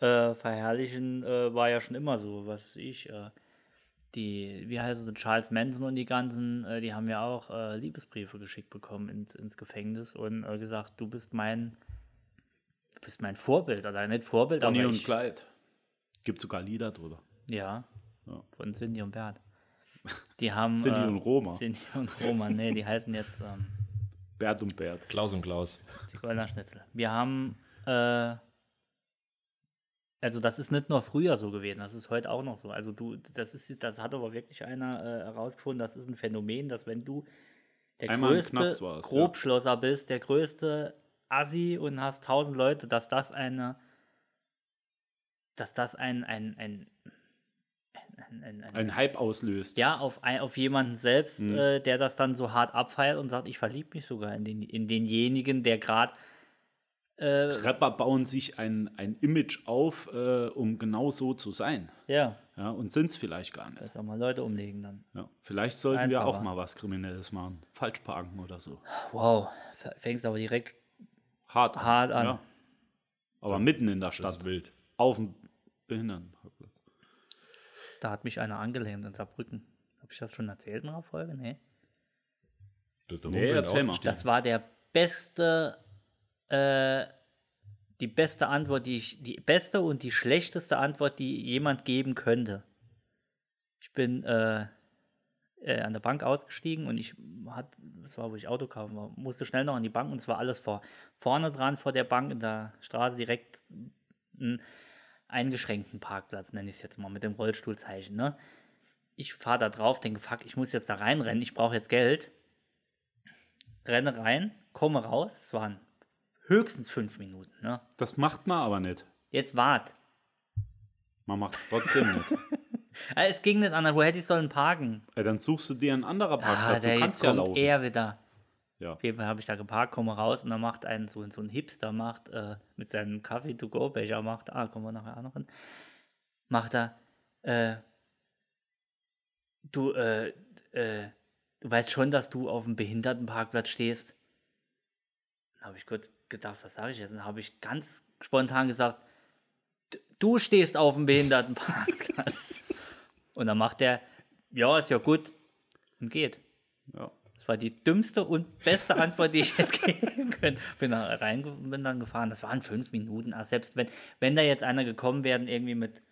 äh, verherrlichen äh, war ja schon immer so, was weiß ich. Äh, die, wie heißt es, Charles Manson und die ganzen, äh, die haben ja auch äh, Liebesbriefe geschickt bekommen ins, ins Gefängnis und äh, gesagt, du bist mein, du bist mein Vorbild, oder nicht Vorbild,
Bonnie
aber
und
ich,
Clyde. Gibt sogar Lieder drüber.
Ja,
Ja.
von Cindy und Bert. Die haben.
<laughs>
äh,
Cindy und Roma.
Cindy und Roma, nee, die heißen jetzt ähm,
Bert und Bert.
Klaus und Klaus.
Zigeuner Schnitzel. Wir haben. Äh, also, das ist nicht nur früher so gewesen, das ist heute auch noch so. Also, du, das ist, das hat aber wirklich einer äh, herausgefunden, das ist ein Phänomen, dass wenn du der
Einmal im
größte
Knast warst, ja.
Grobschlosser bist, der größte Assi und hast tausend Leute, dass das eine. Dass das ein, ein, ein, ein, ein, ein,
Ein Hype auslöst.
ja, auf, ein- auf jemanden selbst, äh, der das dann so hart abfeiert und sagt, ich verliebe mich sogar in, den, in denjenigen, der äh, gerade
Rapper bauen sich ein, ein Image auf, äh, um genau so zu sein.
Ja,
Ja, und sind es vielleicht gar nicht.
das auch mal Leute umlegen dann.
Ja, vielleicht sollten wir
Einfacher.
auch mal was Kriminelles machen. Falsch parken oder so.
Wow, fängst aber direkt
Hart.
Hart an.
Ja. Aber mitten in der
Das
Stadt.
ist wild.
Auf dem Behindertenparkplatz.
Da hat mich einer angelähmt in Saarbrücken. Habe ich das schon erzählt in einer Folge? Nee.
Bist du
Nee,
nee,
erzähl mal.
ausgestiegen?
Das war der beste, äh, die beste Antwort, die ich, die beste und die schlechteste Antwort, die jemand geben könnte. Ich bin äh, äh, an der Bank ausgestiegen und ich hat, das war, wo ich Auto kaufen war, musste schnell noch an die Bank und es war alles vor, vorne dran vor der Bank in der Straße direkt einen eingeschränkten Parkplatz, nenne ich es jetzt mal, mit dem Rollstuhlzeichen, ne? Ich fahre da drauf, denke, fuck, ich muss jetzt da reinrennen, ich brauche jetzt Geld renne rein, komme raus. Es waren höchstens fünf Minuten. Ne?
Das macht man aber nicht.
Jetzt wart.
Man macht es trotzdem
<laughs>
nicht.
Ah, Es ging nicht anders. Wo hätte ich sollen parken?
Ey, dann suchst du dir einen anderen
Ah,
Parkplatz.
der
du
jetzt
kannst ja
kommt
laufen.
er wieder.
Ja.
Auf jeden Fall habe ich da geparkt, komme raus und dann macht ein so, so ein Hipster macht äh, mit seinem Kaffee-to-go-Becher macht, ah, kommen wir nachher auch noch hin, macht er, äh, du, äh, äh, du weißt schon, dass du auf dem Behindertenparkplatz stehst. Dann habe ich kurz gedacht, was sage ich jetzt? Dann habe ich ganz spontan gesagt, "D- du stehst auf dem
<laughs>
Behindertenparkplatz. und dann macht er, ja, ist ja gut und geht.
Ja.
Das war die dümmste und beste Antwort, die ich <laughs> hätte geben können. Bin da rein, bin dann gefahren. Das waren fünf Minuten. Also selbst wenn, wenn da jetzt einer gekommen wäre, irgendwie mit.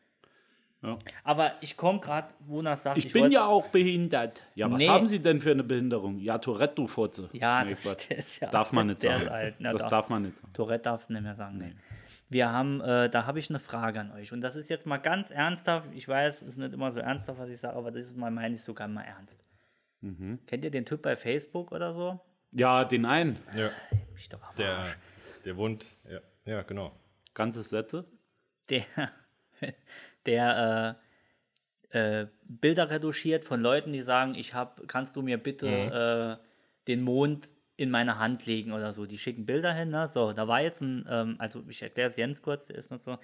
Ja.
Aber ich komme gerade, Jonas sagt,
Ich, bin
wollt-
ja auch behindert. Ja, was
Nee.
haben Sie denn für eine Behinderung? Ja, Tourette, du Furze.
Ja,
Nee,
das,
Quatsch.
der ist ja
darf man nicht
der
sagen.
ist alt. Na,
das
doch.
darf man nicht sagen.
Tourette darfst du nicht mehr sagen. Nee. Wir haben, äh, da habe ich eine Frage an euch. Und das ist jetzt mal ganz ernsthaft. Ich weiß, es ist nicht immer so ernsthaft, was ich sage, aber dieses Mal meine ich sogar mal ernst.
Mhm.
Kennt ihr den Typ bei Facebook oder so?
Ja, den einen.
Ja,
Ich doch am Arsch.
der, der wohnt. Ja, ja genau.
Ganze Sätze.
der, <laughs> der äh, äh, Bilder retuschiert von Leuten, die sagen, ich habe, kannst du mir bitte
Mhm.
äh, den Mond in meine Hand legen oder so. Die schicken Bilder hin, ne? So, da war jetzt ein, ähm, also ich erkläre es Jens kurz, der ist noch so.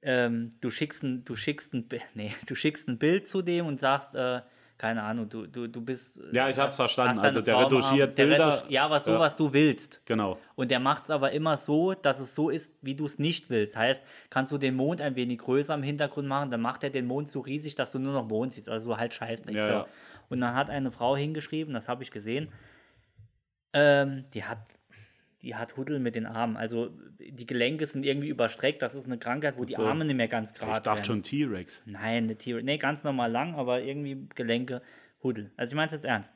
Ähm, du schickst ein, du schickst ein, <laughs> Bi- nee, du schickst ein Bild zu dem und sagst, äh, keine Ahnung, du, du, du bist. äh,
Ja, ich hab's
hast-
verstanden.
hast deine
Also der
Frau am Arm.
retuschiert
Der
Bilder.
retusch- ja, was
Ja.
sowas du willst.
Genau.
Und der macht es aber immer so, dass es so ist, wie du es nicht willst. Heißt, kannst du den Mond ein wenig größer im Hintergrund machen, dann macht er den Mond so riesig, dass du nur noch Mond siehst. Also so halt Scheißdreck.
Ja,
so.
ja.
Und dann hat eine Frau hingeschrieben, das habe ich gesehen, ähm, die hat die hat Huddel mit den Armen. Also die Gelenke sind irgendwie überstreckt. Das ist eine Krankheit, wo die
so.
Arme nicht mehr ganz gerade
Ich dachte
werden.
schon T-Rex.
Nein, eine Theorie. Nee, ganz normal lang, aber irgendwie Gelenke, Huddel. Also ich meine es jetzt ernst.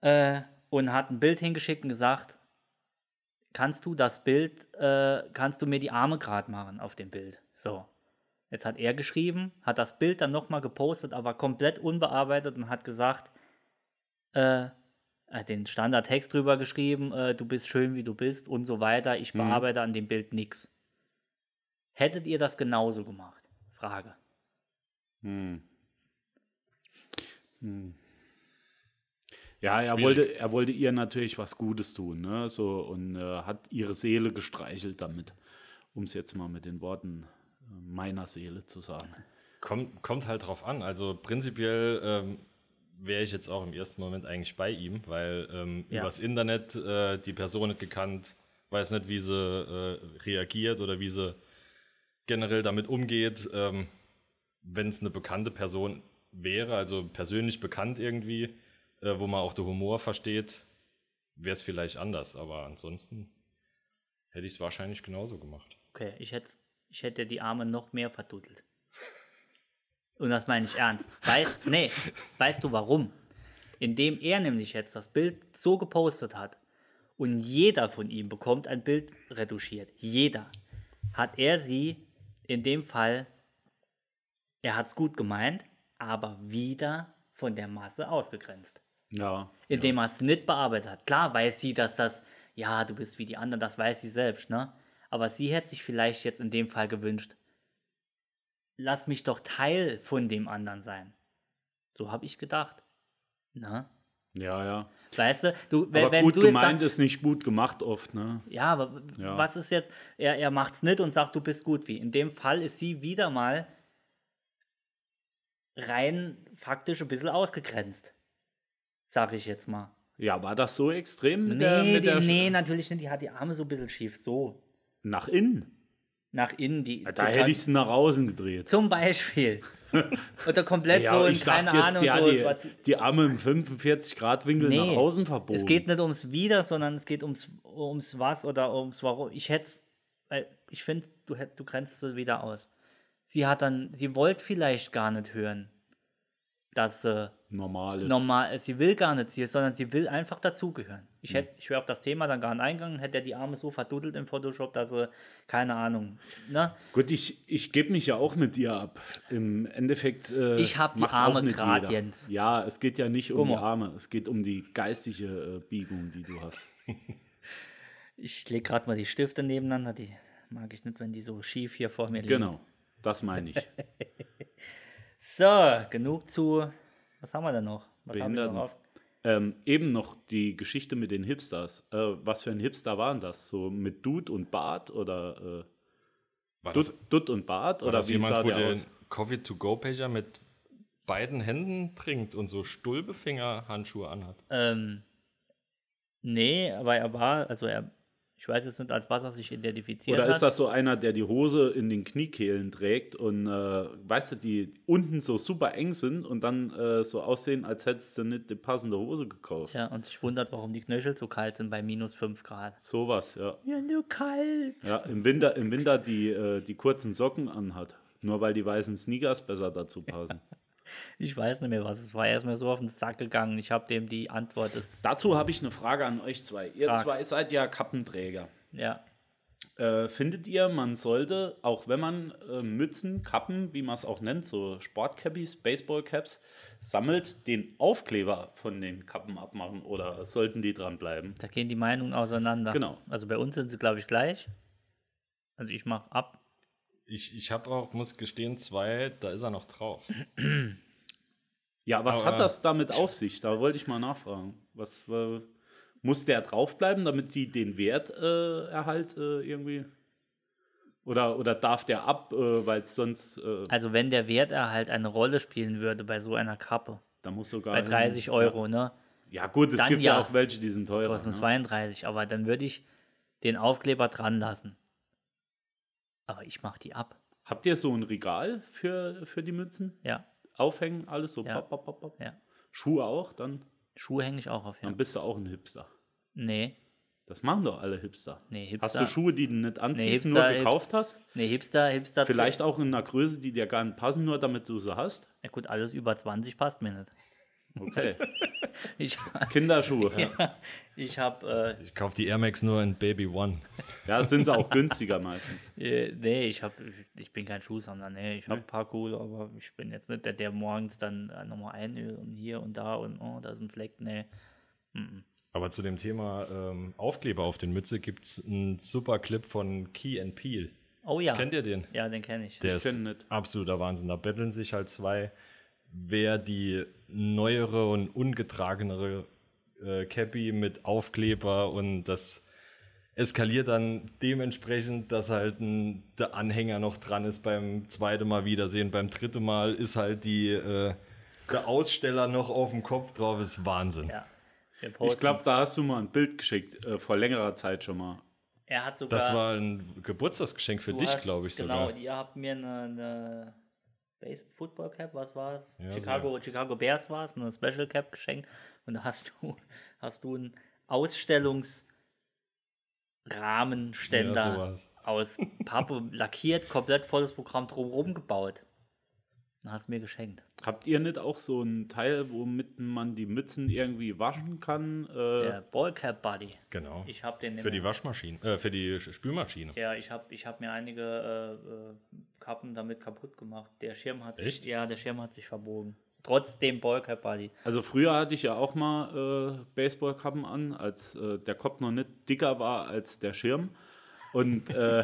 Äh, und hat ein Bild hingeschickt und gesagt, kannst du das Bild, äh, kannst du mir die Arme gerade machen auf dem Bild? So. Jetzt hat er geschrieben, hat das Bild dann nochmal gepostet, aber komplett unbearbeitet und hat gesagt, äh, äh, den Standardtext drüber geschrieben, äh, du bist schön, wie du bist und so weiter. Ich bearbeite an dem Bild nichts. Hättet ihr das genauso gemacht? Frage.
Ja, er
Schwierig.
wollte, er wollte ihr natürlich was Gutes tun, ne? So und äh, hat ihre Seele gestreichelt damit, um es jetzt mal mit den Worten äh, meiner Seele zu sagen.
Kommt, kommt halt drauf an. Also prinzipiell ähm, wäre ich jetzt auch im ersten Moment eigentlich bei ihm, weil ähm,
Ja.
übers Internet äh, die Person nicht gekannt, weiß nicht, wie sie äh, reagiert oder wie sie generell damit umgeht. Ähm, Wenn es eine bekannte Person wäre, also persönlich bekannt irgendwie, äh, wo man auch den Humor versteht, wäre es vielleicht anders. Aber ansonsten hätte ich es wahrscheinlich genauso gemacht.
Okay, ich hätte, ich hätte die Arme noch mehr verdudelt. Und das meine ich ernst. Weißt, nee, weißt du warum? Indem er nämlich jetzt das Bild so gepostet hat und jeder von ihm bekommt ein Bild retuschiert, jeder, hat er sie in dem Fall, er hat es gut gemeint, aber wieder von der Masse ausgegrenzt.
Ja.
indem er es nicht bearbeitet hat. Klar weiß sie, dass das, ja, du bist wie die anderen, das weiß sie selbst, ne? Aber sie hätte sich vielleicht jetzt in dem Fall gewünscht, lass mich doch Teil von dem anderen sein. So habe ich gedacht. Na?
Ja, ja.
Weißt du, du wenn,
Aber
wenn
gut
du jetzt
gemeint
sagst,
ist nicht gut gemacht oft, ne?
ja, aber
Ja.
was ist jetzt, er, er macht's nicht und sagt, du bist gut wie. In dem Fall ist sie wieder mal rein faktisch ein bisschen ausgegrenzt. Sag ich jetzt mal.
Ja, war das so extrem mit
Nee,
der, mit
die,
der
nee, natürlich nicht. Die hat die Arme so ein bisschen schief, so.
nach innen?
Nach innen. Die,
Da
die
hätte
kann-
ich sie nach außen gedreht.
Zum
<laughs>
Beispiel. Oder komplett
Ja,
so in
ich
keine
dachte jetzt,
Ahnung.
die,
so, es war-
hat die, die Arme im 45-Grad-Winkel nach außen verbogen.
Es geht nicht ums Wieder, sondern es geht ums, ums Was oder ums Warum. Ich hätte weil ich finde, du, hätt- du grenzt sie wieder aus. Sie hat dann, sie wollte vielleicht gar nicht hören, dass äh, sie
Normal ist.
normal ist. Sie will gar nicht hier, sondern sie will einfach dazugehören.
Hm.
Ich, hätt- ich wäre auf das Thema dann gar nicht eingegangen, hätte er die Arme so verduddelt im Photoshop, dass sie, keine Ahnung, ne?
Gut, ich, ich gebe mich ja auch mit dir ab. Im Endeffekt. Äh,
Ich hab die
macht auch
Arme
nicht
grad,
jeder.
Jens.
Ja, es geht ja nicht um
Guck
die
mal.
Arme, es geht um die geistige äh, Biegung, die du hast.
Ich lege gerade mal die Stifte nebeneinander, die mag ich nicht, wenn die so schief hier vor mir liegen.
Genau, das meine ich.
So, genug zu. Was haben wir denn noch? Was haben wir
Behinderten.
noch auf?
Ähm, eben noch die Geschichte mit den Hipsters. Äh, was für ein Hipster waren das? So mit Dude und Bart oder äh,
War das,
Dude, Dude und Bart
war
oder
das
wie sah
jemand, wo
der
den
aus?
Coffee-to-go-Pager mit beiden Händen trinkt und so Stulbefinger-Handschuhe anhat?
Ähm, nee, aber er war, also er, ich weiß jetzt nicht, als was er sich identifiziert
Oder
hat. halt
ist das so einer, der die Hose in den Kniekehlen trägt und äh, weißt du, die unten so super eng sind und dann äh, so aussehen, als hättest du nicht die passende Hose gekauft?
Ja, und sich wundert, warum die Knöchel so kalt sind bei minus 5 Grad.
Sowas, ja.
Ja, nur kalt.
ja im, Winter, Im Winter die, äh, die kurzen Socken anhat. Nur weil die weißen Sneakers besser
<laughs>
dazu passen.
Ich weiß nicht mehr was. Es war erstmal so auf den Sack gegangen. Ich habe dem die Antwort ist.
dazu habe ich eine Frage an euch zwei. Ihr
Frag.
zwei seid ja Kappenträger.
Ja.
Äh, findet ihr, man sollte, auch wenn man äh, Mützen, Kappen, wie man es auch nennt, so Sportcappies, Baseballcaps, sammelt, den Aufkleber von den Kappen abmachen oder sollten die dranbleiben?
Da gehen die Meinungen auseinander.
Genau.
Also bei uns sind sie, glaube ich, gleich. Also ich mache ab.
Ich, ich habe auch, muss gestehen, zwei, da ist er noch drauf.
Ja, was
Aber-
hat das damit auf sich? Da wollte ich mal nachfragen. Was äh, muss der draufbleiben, damit die den Wert äh, erhalt äh, irgendwie? Oder, oder darf der ab, äh, weil es sonst, äh,
Also wenn der Werterhalt eine Rolle spielen würde bei so einer Kappe.
da muss sogar.
bei
hin-
30 Euro, ne?
Ja, gut, es
Dann
gibt ja.
ja.
auch welche, die sind teurer.
Kosten
ne?
32, aber dann würde ich den Aufkleber dran lassen. Aber ich mache die ab.
Habt ihr so ein Regal für, für die Mützen?
Ja,
Aufhängen, alles so.
Ja.
Pop, pop, pop, pop.
ja.
Schuhe auch, dann,
Schuhe hänge ich auch auf, ja.
dann bist du auch ein Hipster.
Nee,
Das machen doch alle Hipster.
Nee, Hipster-
Hast du Schuhe, die du nicht anziehst,
Hipster-
nur gekauft hast?
nee, Hipster, Hipster.
Vielleicht auch in einer Größe, die dir gar nicht passen, nur damit du sie hast?
Ja gut, alles über 20 passt mir nicht. <laughs>
Okay.
Ich, <laughs>
Kinderschuhe. Ja,
ich äh, habe,
Ich kaufe die Air Max nur in Baby One.
sind sie auch günstiger meistens.
äh, äh, nee, ich habe, ich bin kein Schuhsammler, nee, ich habe ein paar cool, aber ich bin jetzt nicht der, der morgens dann äh, nochmal einölt und hier und da und oh, da ist ein Fleck, nee.
Aber zu dem Thema ähm, Aufkleber auf den Mütze gibt es einen super Clip von Key and Peel.
Oh ja.
Kennt ihr den?
Ja, den kenne ich.
Der
Ich
ist
kenn nicht.
absoluter Wahnsinn. Da betteln sich halt zwei, wer die neuere und ungetragenere äh, Cappy mit Aufkleber und das eskaliert dann dementsprechend, dass halt ein, der Anhänger noch dran ist beim zweiten Mal Wiedersehen. Beim dritten Mal ist halt die, äh, der Aussteller noch auf dem Kopf drauf. Ist Wahnsinn.
Ja. Wir
Ich
posten's.
glaube, da hast du mal ein Bild geschickt, äh, vor längerer Zeit schon mal.
er hat sogar.
Das war ein Geburtstagsgeschenk für
Du
dich,
hast-
glaube ich
genau,
sogar.
ihr habt mir eine, eine Base Football Cap, was war es?
Ja,
Chicago, Chicago Bears war es, eine Special Cap geschenkt. Und da hast du, <laughs> hast du einen
Ja,
Ausstellungsrahmenständer
sowas.
aus Pappe
<laughs>
lackiert, komplett volles Programm drumherum gebaut. Und hast mir geschenkt.
Habt ihr nicht auch so ein Teil, womit man die Mützen irgendwie waschen kann? Äh,
Der Ballcap Buddy.
Genau.
Ich habe den
Für die
immer.
Waschmaschine, äh, für die Sch- Spülmaschine.
Ja, ich hab ich hab mir einige äh, äh, Kappen damit kaputt gemacht. Der Schirm hat
Echt?
sich, ja, der Schirm hat sich verbogen. Trotzdem Ballcap Buddy.
Also früher hatte ich ja auch mal äh, Baseballkappen an, als äh, <laughs> der Kopf noch nicht dicker war als der Schirm. Und äh,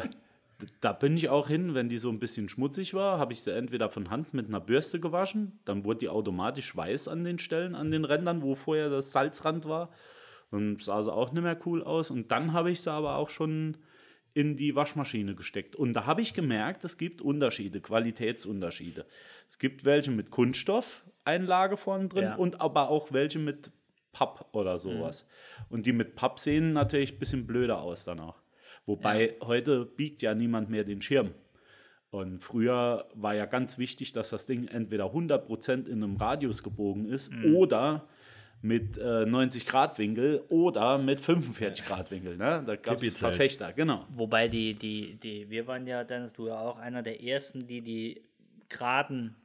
Da bin ich auch hin, wenn die so ein bisschen schmutzig war, habe ich sie entweder von Hand mit einer Bürste gewaschen, dann wurde die automatisch weiß an den Stellen, an den Rändern, wo vorher das Salzrand war. Und sah sie auch nicht mehr cool aus. Und dann habe ich sie aber auch schon in die Waschmaschine gesteckt. Und da habe ich gemerkt, es gibt Unterschiede, Qualitätsunterschiede. Es gibt welche mit Kunststoffeinlage vorne drin
Ja.
und aber auch welche mit Papp oder sowas. Und die mit Papp sehen natürlich ein bisschen blöder aus danach. Wobei heute biegt ja niemand mehr den Schirm. Und früher war ja ganz wichtig, dass das Ding entweder 100% in einem Radius gebogen ist oder mit äh, 90 Grad Winkel oder mit 45 Grad Winkel. Ne? Da gab es
Klippizelt.
Verfechter, genau.
Wobei die, die, die, wir waren ja, Dennis, du ja auch einer der ersten, die die geraden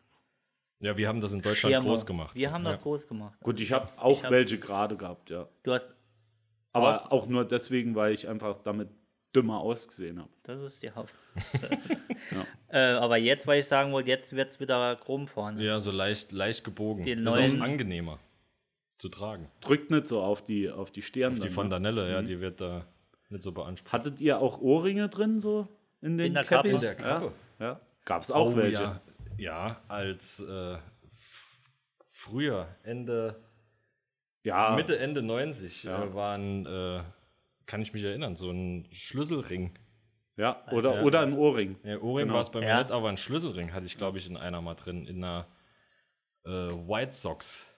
Ja, wir haben das in Deutschland
Schirme,
groß gemacht.
wir haben
ja.
das groß gemacht.
Gut, ich habe auch
Ich hab-
welche gerade gehabt, ja.
Du hast,
Aber auch, nur deswegen, weil ich einfach damit dümmer ausgesehen habe.
das ist die
<laughs>
Haupt. äh, aber jetzt, weil ich sagen wollte, jetzt wird es wieder krumm vorne.
Ja, so leicht, leicht gebogen.
Den
ist
neuen-
auch angenehmer zu tragen.
Drückt nicht so auf die, auf die Stirn.
Die
Mhm.
dann, ne?
Fontanelle, ja, die wird da nicht so beansprucht.
Hattet ihr auch Ohrringe drin, so in den
In der Kappe.
Cappies?
In
der Kappe.
Ja. ja. Gab es auch
Oh,
welche.
Ja, ja als äh, f- früher, Ende,
Ja,
Mitte, Ende 90
Ah. Ja.
äh, waren, äh, kann ich mich erinnern, so ein Schlüsselring.
ja. Oder, oder ein Ohrring.
Ja, Ohrring
Genau.
war es bei mir
Ja.
nicht, aber ein Schlüsselring hatte ich, glaube ich, in einer mal drin, in einer äh, White Sox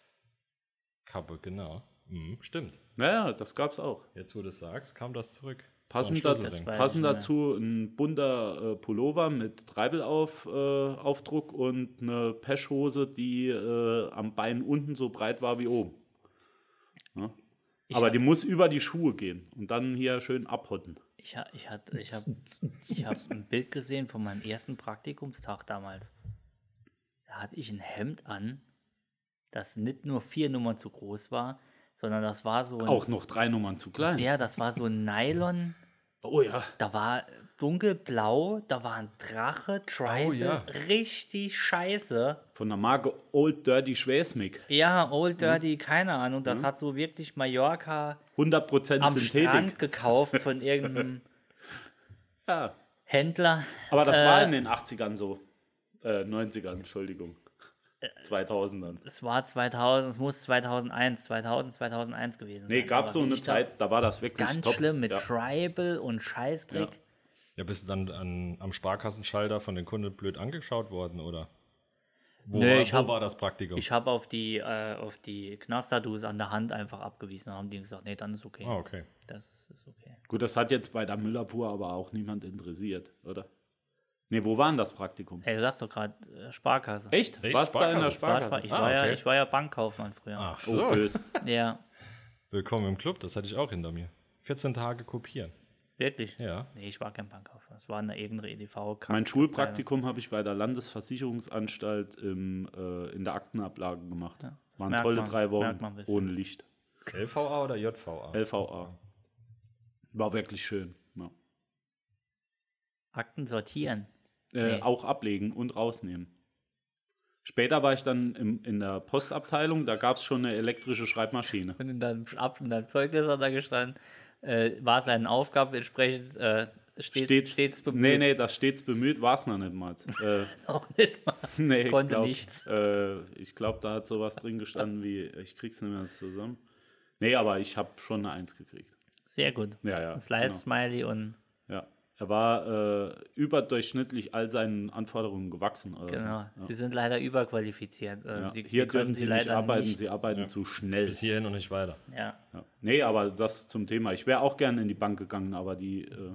Kappe, genau. Mhm, stimmt.
Naja, das gab's auch.
Jetzt, wo du es sagst, kam das zurück.
Passend,
so ein
da,
Schlüsselring.
Weiß
passend
ich nicht
dazu ein bunter äh, Pullover mit Treibelaufdruck äh, Aufdruck und eine Peschhose, die äh, am Bein unten so breit war wie oben. Ja. Aber die muss über die Schuhe gehen und dann hier schön abhotten.
Ich, ha- ich, hat- ich habe ich hab ein Bild gesehen von meinem ersten Praktikumstag damals. Da hatte ich ein Hemd an, das nicht nur vier Nummern zu groß war, sondern das war so ein,
Auch noch drei Nummern zu klein.
ja, das war so ein Nylon.
Oh ja.
Da war dunkelblau, da war ein Drache, Tribal,
Oh, ja.
richtig scheiße.
Von der Marke Old Dirty Schwesmig.
Ja,
Mhm.
Old Dirty, keine Ahnung. Das hat so wirklich Mallorca
100%
am
Mhm. Synthetik.
Strand gekauft
<laughs>
von irgendeinem
Ja.
Händler.
Aber das
Äh,
war in den 80ern so. Äh, 90ern, Entschuldigung.
Äh,
2000ern.
Es war 2000, es muss 2001, 2000, 2001 gewesen sein.
Nee, gab
Aber
so eine
ich da-
Zeit, da war das wirklich
Ganz
top.
schlimm mit
ja.
Tribal und Scheißdreck.
Ja.
Ja, bist du dann an, am Sparkassenschalter von den Kunden blöd angeschaut worden, oder? Wo,
Nee,
war,
ich
wo
hab-
war das Praktikum?
Ich habe auf die, äh, auf die Knasterdues an der Hand einfach abgewiesen. Dann haben die gesagt, nee, dann ist okay.
Oh.
ah, okay.
Das ist okay.
Gut, das hat jetzt bei der Müllabfuhr aber auch niemand interessiert, oder? Nee, wo war denn das Praktikum?
Er sagt doch gerade äh, Sparkasse.
Echt?
Echt?
Warst du da in der
Sparkasse?
Sparkasse?
Ich,
Ah,
war ja,
okay.
ich war ja Bankkaufmann früher.
Ach
Oh,
<laughs>
so.
böse.
Ja,
Willkommen im Club, das hatte ich auch hinter mir. 14 Tage kopieren.
wirklich.
Ja.
Nee, ich war kein Bankkaufmann. Das war eine E irgendeine edv
Mein Schulpraktikum habe ich bei der Landesversicherungsanstalt im, äh, in der Aktenablage gemacht.
Ja.
Waren
Merkt
tolle
man-
drei Wochen
merkt man ein bisschen.
ohne Licht.
LVA oder JVA?
LVA. War wirklich schön. Ja.
Akten sortieren.
äh,
Nee.
auch ablegen und rausnehmen. Später war ich dann im, in der Postabteilung, da gab es schon eine elektrische Schreibmaschine.
Und in deinem, Ab in deinem Zeugnis hat er gestanden, äh, war seinen Aufgaben entsprechend äh, stets, stets, bemüht.
Nee, nee, das stets bemüht war es noch nicht mal. Äh,
<laughs> Auch nicht mal.
<laughs> nee,
Konnte
ich glaub,
nichts.
Äh, ich glaube, da hat sowas drin gestanden wie, ich krieg's nicht mehr zusammen. Nee, aber ich habe schon eine Eins gekriegt.
Sehr gut.
Ja, ja, genau,
Ein Fleiß-Smiley und
Ja. Er war äh, überdurchschnittlich all seinen Anforderungen gewachsen. Oder
genau.
So.
Sie sind leider überqualifiziert. Ähm,
Also, Ja.
Sie,
Hier
wir können
dürfen sie nicht arbeiten,
nicht-
sie arbeiten zu schnell.
Bis hierhin und nicht weiter.
ja.
Ja. Nee, aber das zum Thema. Ich wäre auch gerne in die Bank gegangen, aber die äh,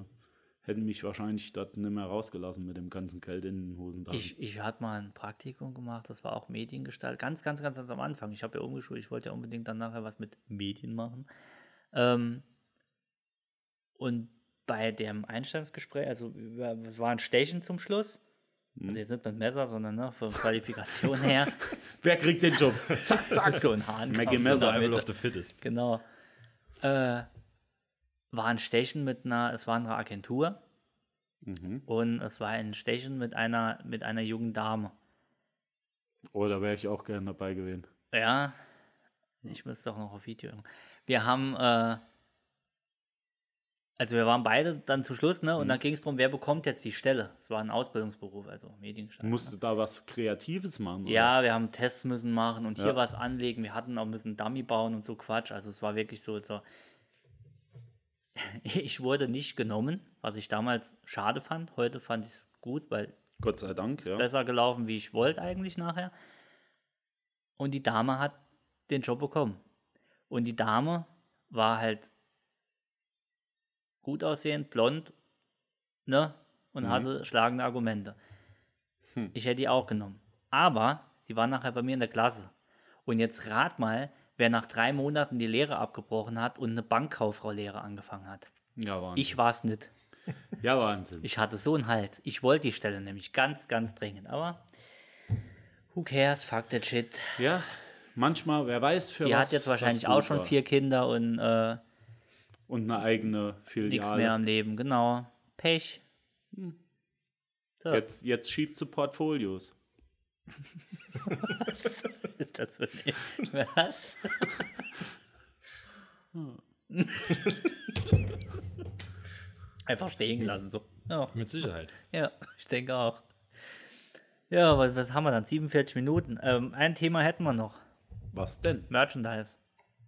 hätten mich wahrscheinlich dort nicht mehr rausgelassen mit dem ganzen Geld in den Hosentaschen.
Ich, ich hatte mal ein Praktikum gemacht, das war auch Mediengestalt. Ganz, ganz, ganz, ganz am Anfang. Ich habe ja umgeschult, ich wollte ja unbedingt dann nachher was mit Medien machen. Ähm, und bei dem Einstellungsgespräch, also wir- es war ein Stechen zum Schluss.
Hm.
Also jetzt nicht mit Messer, sondern ne, von Qualifikation
<laughs>
her.
Wer kriegt den
<laughs>
Job?
zack, zack, so ein Hahn.
Maggie
kam so
Messer,
in der
Survival
Mitte.
of the Fittest.
Genau. Äh, war ein Stechen mit einer, es war eine Agentur.
Mhm.
Und es war ein Stechen mit einer, mit einer jungen Dame.
Oh, da wäre ich auch gerne dabei gewesen.
Ja, ich muss doch noch auf Video. Wir haben äh, also wir waren beide dann zum Schluss, ne? Und dann ging es darum, wer bekommt jetzt die Stelle. Es war ein Ausbildungsberuf, also Mediengestaltung.
Musst du da was Kreatives machen? oder?
Ja, wir haben Tests müssen machen und hier
Ja.
was anlegen. Wir hatten auch ein bisschen Dummy bauen und so Quatsch. Also es war wirklich so. so <laughs> ich wurde nicht genommen, was ich damals schade fand. Heute fand ich es gut, weil
Gott sei Dank, ja.
besser gelaufen, wie ich wollte eigentlich nachher. Und die Dame hat den Job bekommen. Und die Dame war halt gut aussehend, blond, ne? Und hatte schlagende Argumente. Ich hätte die auch genommen. Aber die war nachher bei mir in der Klasse. Und jetzt rat mal, wer nach drei Monaten die Lehre abgebrochen hat und eine Bankkauffrau-Lehre angefangen hat.
Ja, Wahnsinn.
Ich war es nicht.
ja, Wahnsinn.
Ich hatte so einen Hals. Ich wollte die Stelle nämlich ganz, ganz dringend. Aber who cares? Fuck that shit.
ja, manchmal, wer weiß, für
Die
was.
hat jetzt
was
wahrscheinlich
gut
auch schon
war.
vier Kinder und äh,
Und eine eigene
nichts
Filiale.
mehr am Leben. Genau. Pech. <laughs> So,
Jetzt, jetzt schiebt sie Portfolios.
ist das so.
<laughs>
Was? Einfach stehen gelassen, so. Ja.
Mit Sicherheit.
Ja, ich denke auch. Ja, was, was haben wir dann? 47 Minuten. Ähm, ein Thema hätten wir noch.
Was denn?
Merchandise.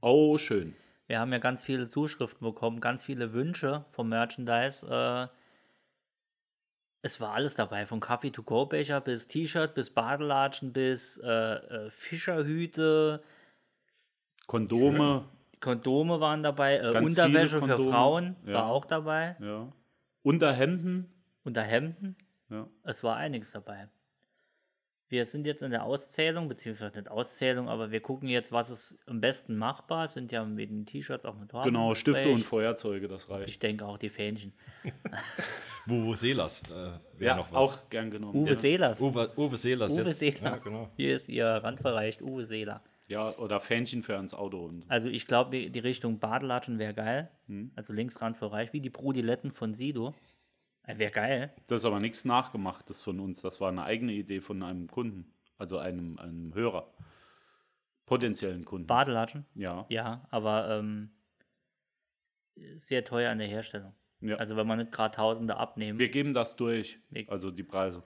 Oh, schön.
Wir haben ja ganz viele Zuschriften bekommen, ganz viele Wünsche vom Merchandise. Äh, es war alles dabei, vom Kaffee-to-go-Becher bis T-Shirt, bis Badelatschen, bis äh, äh, Fischerhüte,
Kondome.
Kondome waren dabei, äh,
Ganz
Unterwäsche
viele
für
Kondome,
Frauen
ja.
war auch dabei,
Ja. Unterhemden.
Unterhemden.
Ja.
Es war einiges dabei. Wir sind jetzt in der Auszählung, beziehungsweise nicht Auszählung, aber wir gucken jetzt, was ist am besten machbar. Es Sind ja mit den T-Shirts auch mit Farben
Genau,
im
Stifte
Gespräch.
und Feuerzeuge, das reicht.
Ich denke auch die Fähnchen.
Wuvu Selas äh, wäre
Ja,
noch was.
auch gern genommen.
Uwe
Jetzt-
Seelers.
Uwe, Uwe Selas
Uwe
jetzt.
Seeler.
Ja, genau.
Hier ist ihr Randverreicht, Uwe Seeler.
Ja, oder Fähnchen für ans Auto. Und
Also ich glaube, die Richtung Badelatschen wäre geil. Also links Randverreicht, wie die Prodiletten von Sido. Äh, Wäre geil.
das ist aber nichts Nachgemachtes von uns. Das war eine eigene Idee von einem Kunden, also einem, einem Hörer. Potenziellen Kunden.
Badelatschen?
ja.
Ja, aber ähm, sehr teuer an der Herstellung.
Ja.
Also wenn man nicht gerade Tausende abnehmen.
Wir geben das durch,
Wir-
also die Preise.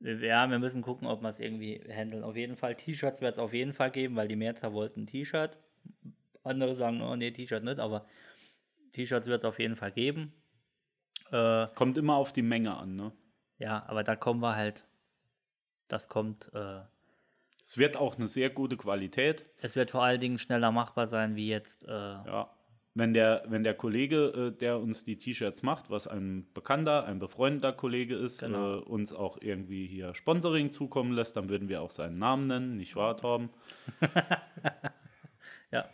Ja, wir müssen gucken, ob wir es irgendwie handeln. Auf jeden Fall, T-Shirts wird es auf jeden Fall geben, weil die Mehrzahl wollten ein T-Shirt. Andere sagen, oh nee, T-Shirt nicht, aber T-Shirts wird es auf jeden Fall geben. Äh,
Kommt immer auf die Menge an, ne?
Ja, aber da kommen wir halt. Das kommt. Äh,
Es wird auch eine sehr gute Qualität.
es wird vor allen Dingen schneller machbar sein, wie jetzt. Äh,
Ja. Wenn der, wenn der Kollege, äh, der uns die T-Shirts macht, was ein bekannter, ein befreundeter Kollege ist,
Genau.
äh, uns auch irgendwie hier Sponsoring zukommen lässt, dann würden wir auch seinen Namen nennen, nicht wahr, Torben?
<laughs> ja,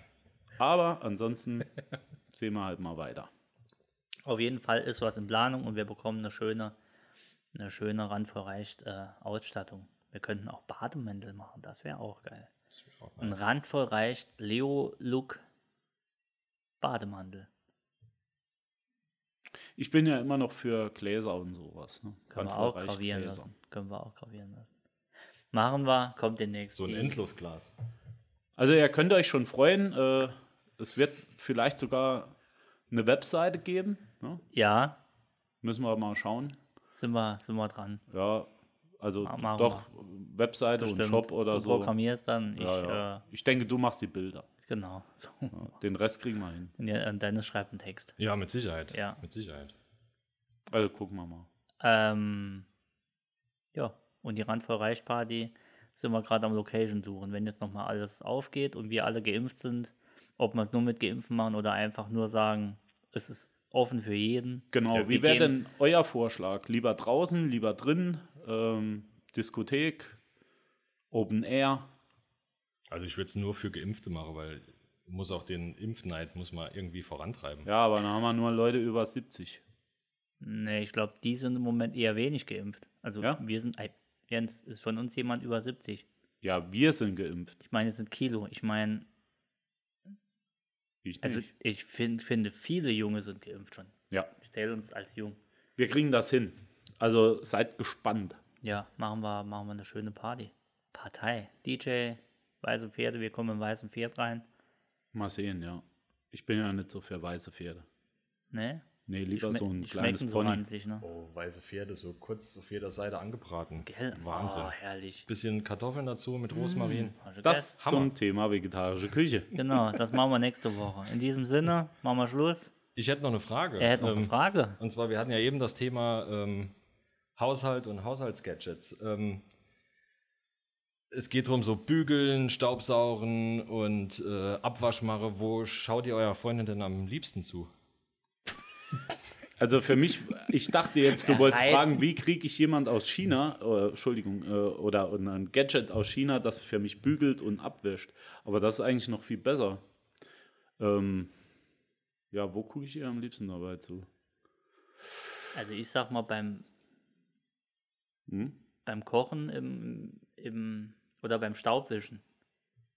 Aber ansonsten sehen wir halt mal weiter.
auf jeden Fall ist was in Planung und wir bekommen eine schöne, eine schöne randverreicht äh, Ausstattung. Wir könnten auch Bademäntel machen, das wäre auch geil. Ein randverreicht Leo Look Bademantel.
Ich bin ja immer noch für Gläser und sowas. Ne?
Können wir
Randvoll
auch
reicht
gravieren
Gläser.
lassen. Können wir auch gravieren lassen. Machen wir, kommt demnächst.
So ein
die-
Endlosglas.
Also ihr könnt euch schon freuen. Äh, es wird vielleicht sogar eine Webseite geben. Ne?
Ja,
Müssen wir mal schauen.
sind wir, sind wir dran.
Ja, also
Ah, machen
doch Webseite und Shop oder
du
so.
programmierst dann. Ich,
ja, ja.
Äh,
ich denke, du machst die Bilder.
Genau. <laughs> So.
Den Rest kriegen wir hin.
Und, ja, und Dennis schreibt einen Text.
Ja, mit Sicherheit.
Ja.
Mit Sicherheit.
Also gucken wir mal.
Ähm, ja, und die Randvoll Reich Party sind wir gerade am Location suchen. Wenn jetzt nochmal alles aufgeht und wir alle geimpft sind, ob wir es nur mit Geimpften machen oder einfach nur sagen, es ist offen für jeden.
Genau,
Ja, wir
wie wäre
gehen-
denn euer Vorschlag? Lieber draußen, lieber drin, ähm, Diskothek, Open Air.
Also ich würde es nur für Geimpfte machen, weil muss auch den Impfneid muss man irgendwie vorantreiben.
Ja, aber dann haben wir nur Leute über 70.
Nee, ich glaube, die sind im Moment eher wenig geimpft. Also
Ja?
wir sind, ey, Jens, ist von uns jemand über 70?
Ja, wir sind geimpft.
Ich meine, jetzt sind Kilo. Ich meine,
Ich
also
nicht.
ich find, finde, viele Junge sind geimpft schon.
Ja,
Ich zähle uns als jung.
wir kriegen das hin. Also seid gespannt.
Ja, machen wir, machen wir eine schöne Party. Partei. DJ, weiße Pferde, wir kommen im weißen Pferd rein.
Mal sehen, ja. Ich bin ja nicht so für weiße Pferde.
Ne?
Nee, lieber
Schme-
so ein
die
kleines
schmecken so
Pony.
an sich, ne?
Oh, weiße Pferde, so kurz auf jeder Seite angebraten.
Gell?
Wahnsinn.
Oh, herrlich.
Bisschen Kartoffeln dazu mit Rosmarin.
Also,
Das
gell?
zum Thema vegetarische Küche.
Genau, das machen wir nächste Woche. In diesem Sinne, machen wir Schluss.
Ich hätte noch eine Frage.
Er hätte noch eine
Ähm,
Frage.
Und zwar, wir hatten ja eben das Thema ähm, Haushalt und Haushaltsgadgets. Ähm, es geht darum, so Bügeln, Staubsaugen und äh, Abwaschmache. Wo schaut ihr eurer Freundin denn am liebsten zu?
Also für mich, ich dachte jetzt, du wolltest
Rein.
fragen, wie kriege ich jemand aus China, äh, Entschuldigung, äh, oder, oder ein Gadget aus China, das für mich bügelt und abwischt. Aber das ist eigentlich noch viel besser. Ähm, ja, wo gucke ich ihr am liebsten dabei zu?
Also ich sag mal, beim,
Hm?
beim Kochen im, im, oder beim Staubwischen.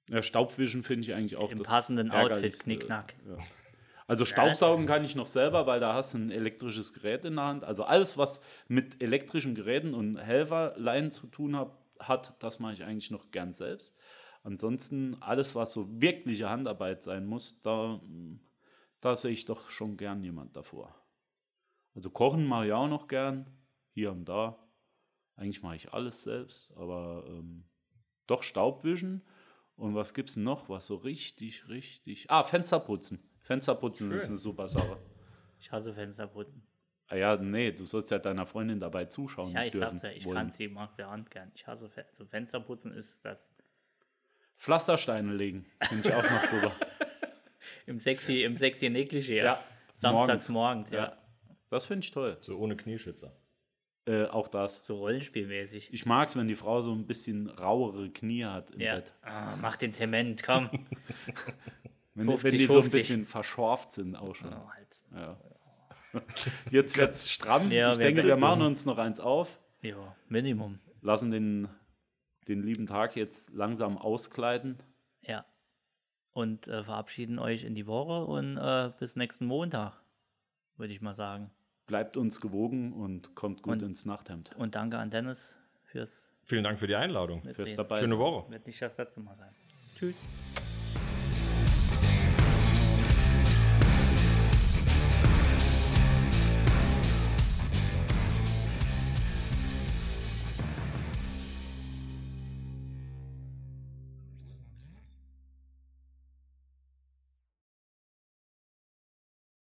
Ja, Staubwischen finde ich eigentlich auch
Im
das
passenden
Ärgerlichste.
Outfit, knickknack.
Ja. Also Staubsaugen kann ich noch selber, weil da hast du ein elektrisches Gerät in der Hand. Also alles, was mit elektrischen Geräten und Helferleinen zu tun hat, hat das mache ich eigentlich noch gern selbst. Ansonsten alles, was so wirkliche Handarbeit sein muss, da, mm, da sehe ich doch schon gern jemand davor. Also kochen mache ich auch noch gern, hier und da. Eigentlich mache ich alles selbst, aber ähm, doch Staubwischen. Und was gibt's denn noch? Was so richtig, richtig. Ah, Fensterputzen. Fensterputzen ist eine super Sache.
Ich hasse Fensterputzen.
Ah ja, nee, du sollst ja deiner Freundin dabei zuschauen.
Ja, ich
dürfen
sag's ja, ich
wollen.
kann's sie, mag's ja gern. Ich hasse Fen- also Fensterputzen ist das
Pflastersteine legen, finde ich auch noch
<laughs>
super.
im sexy, im sexy Negligé.
Ja,
Samstags morgens,
morgens.
ja.
Ja. Das finde ich toll.
So ohne Knieschützer.
Äh, auch das.
So rollenspielmäßig.
Ich mag's, wenn die Frau so ein bisschen rauere Knie hat im
Ja.
Bett.
Ah, mach den Zement,
<laughs>
komm.
Wenn,
50,
wenn die so ein
50.
bisschen verschorft sind auch schon.
oh, Hals.
<laughs> Jetzt wird's stramm.
Ja,
ich
wir <laughs>
denke, wir
werden-
machen uns noch eins auf.
Ja, Minimum.
Lassen den, den lieben Tag jetzt langsam auskleiden.
Ja. Und äh, verabschieden euch in die Woche und äh, bis nächsten Montag, würde ich mal sagen.
Bleibt uns gewogen und kommt gut
Und-
ins Nachthemd.
Und danke an Dennis fürs
Vielen Dank für die Einladung.
Fürs
Mitreden.
dabei.
Schöne Woche.
Wird nicht das letzte Mal sein. Tschüss.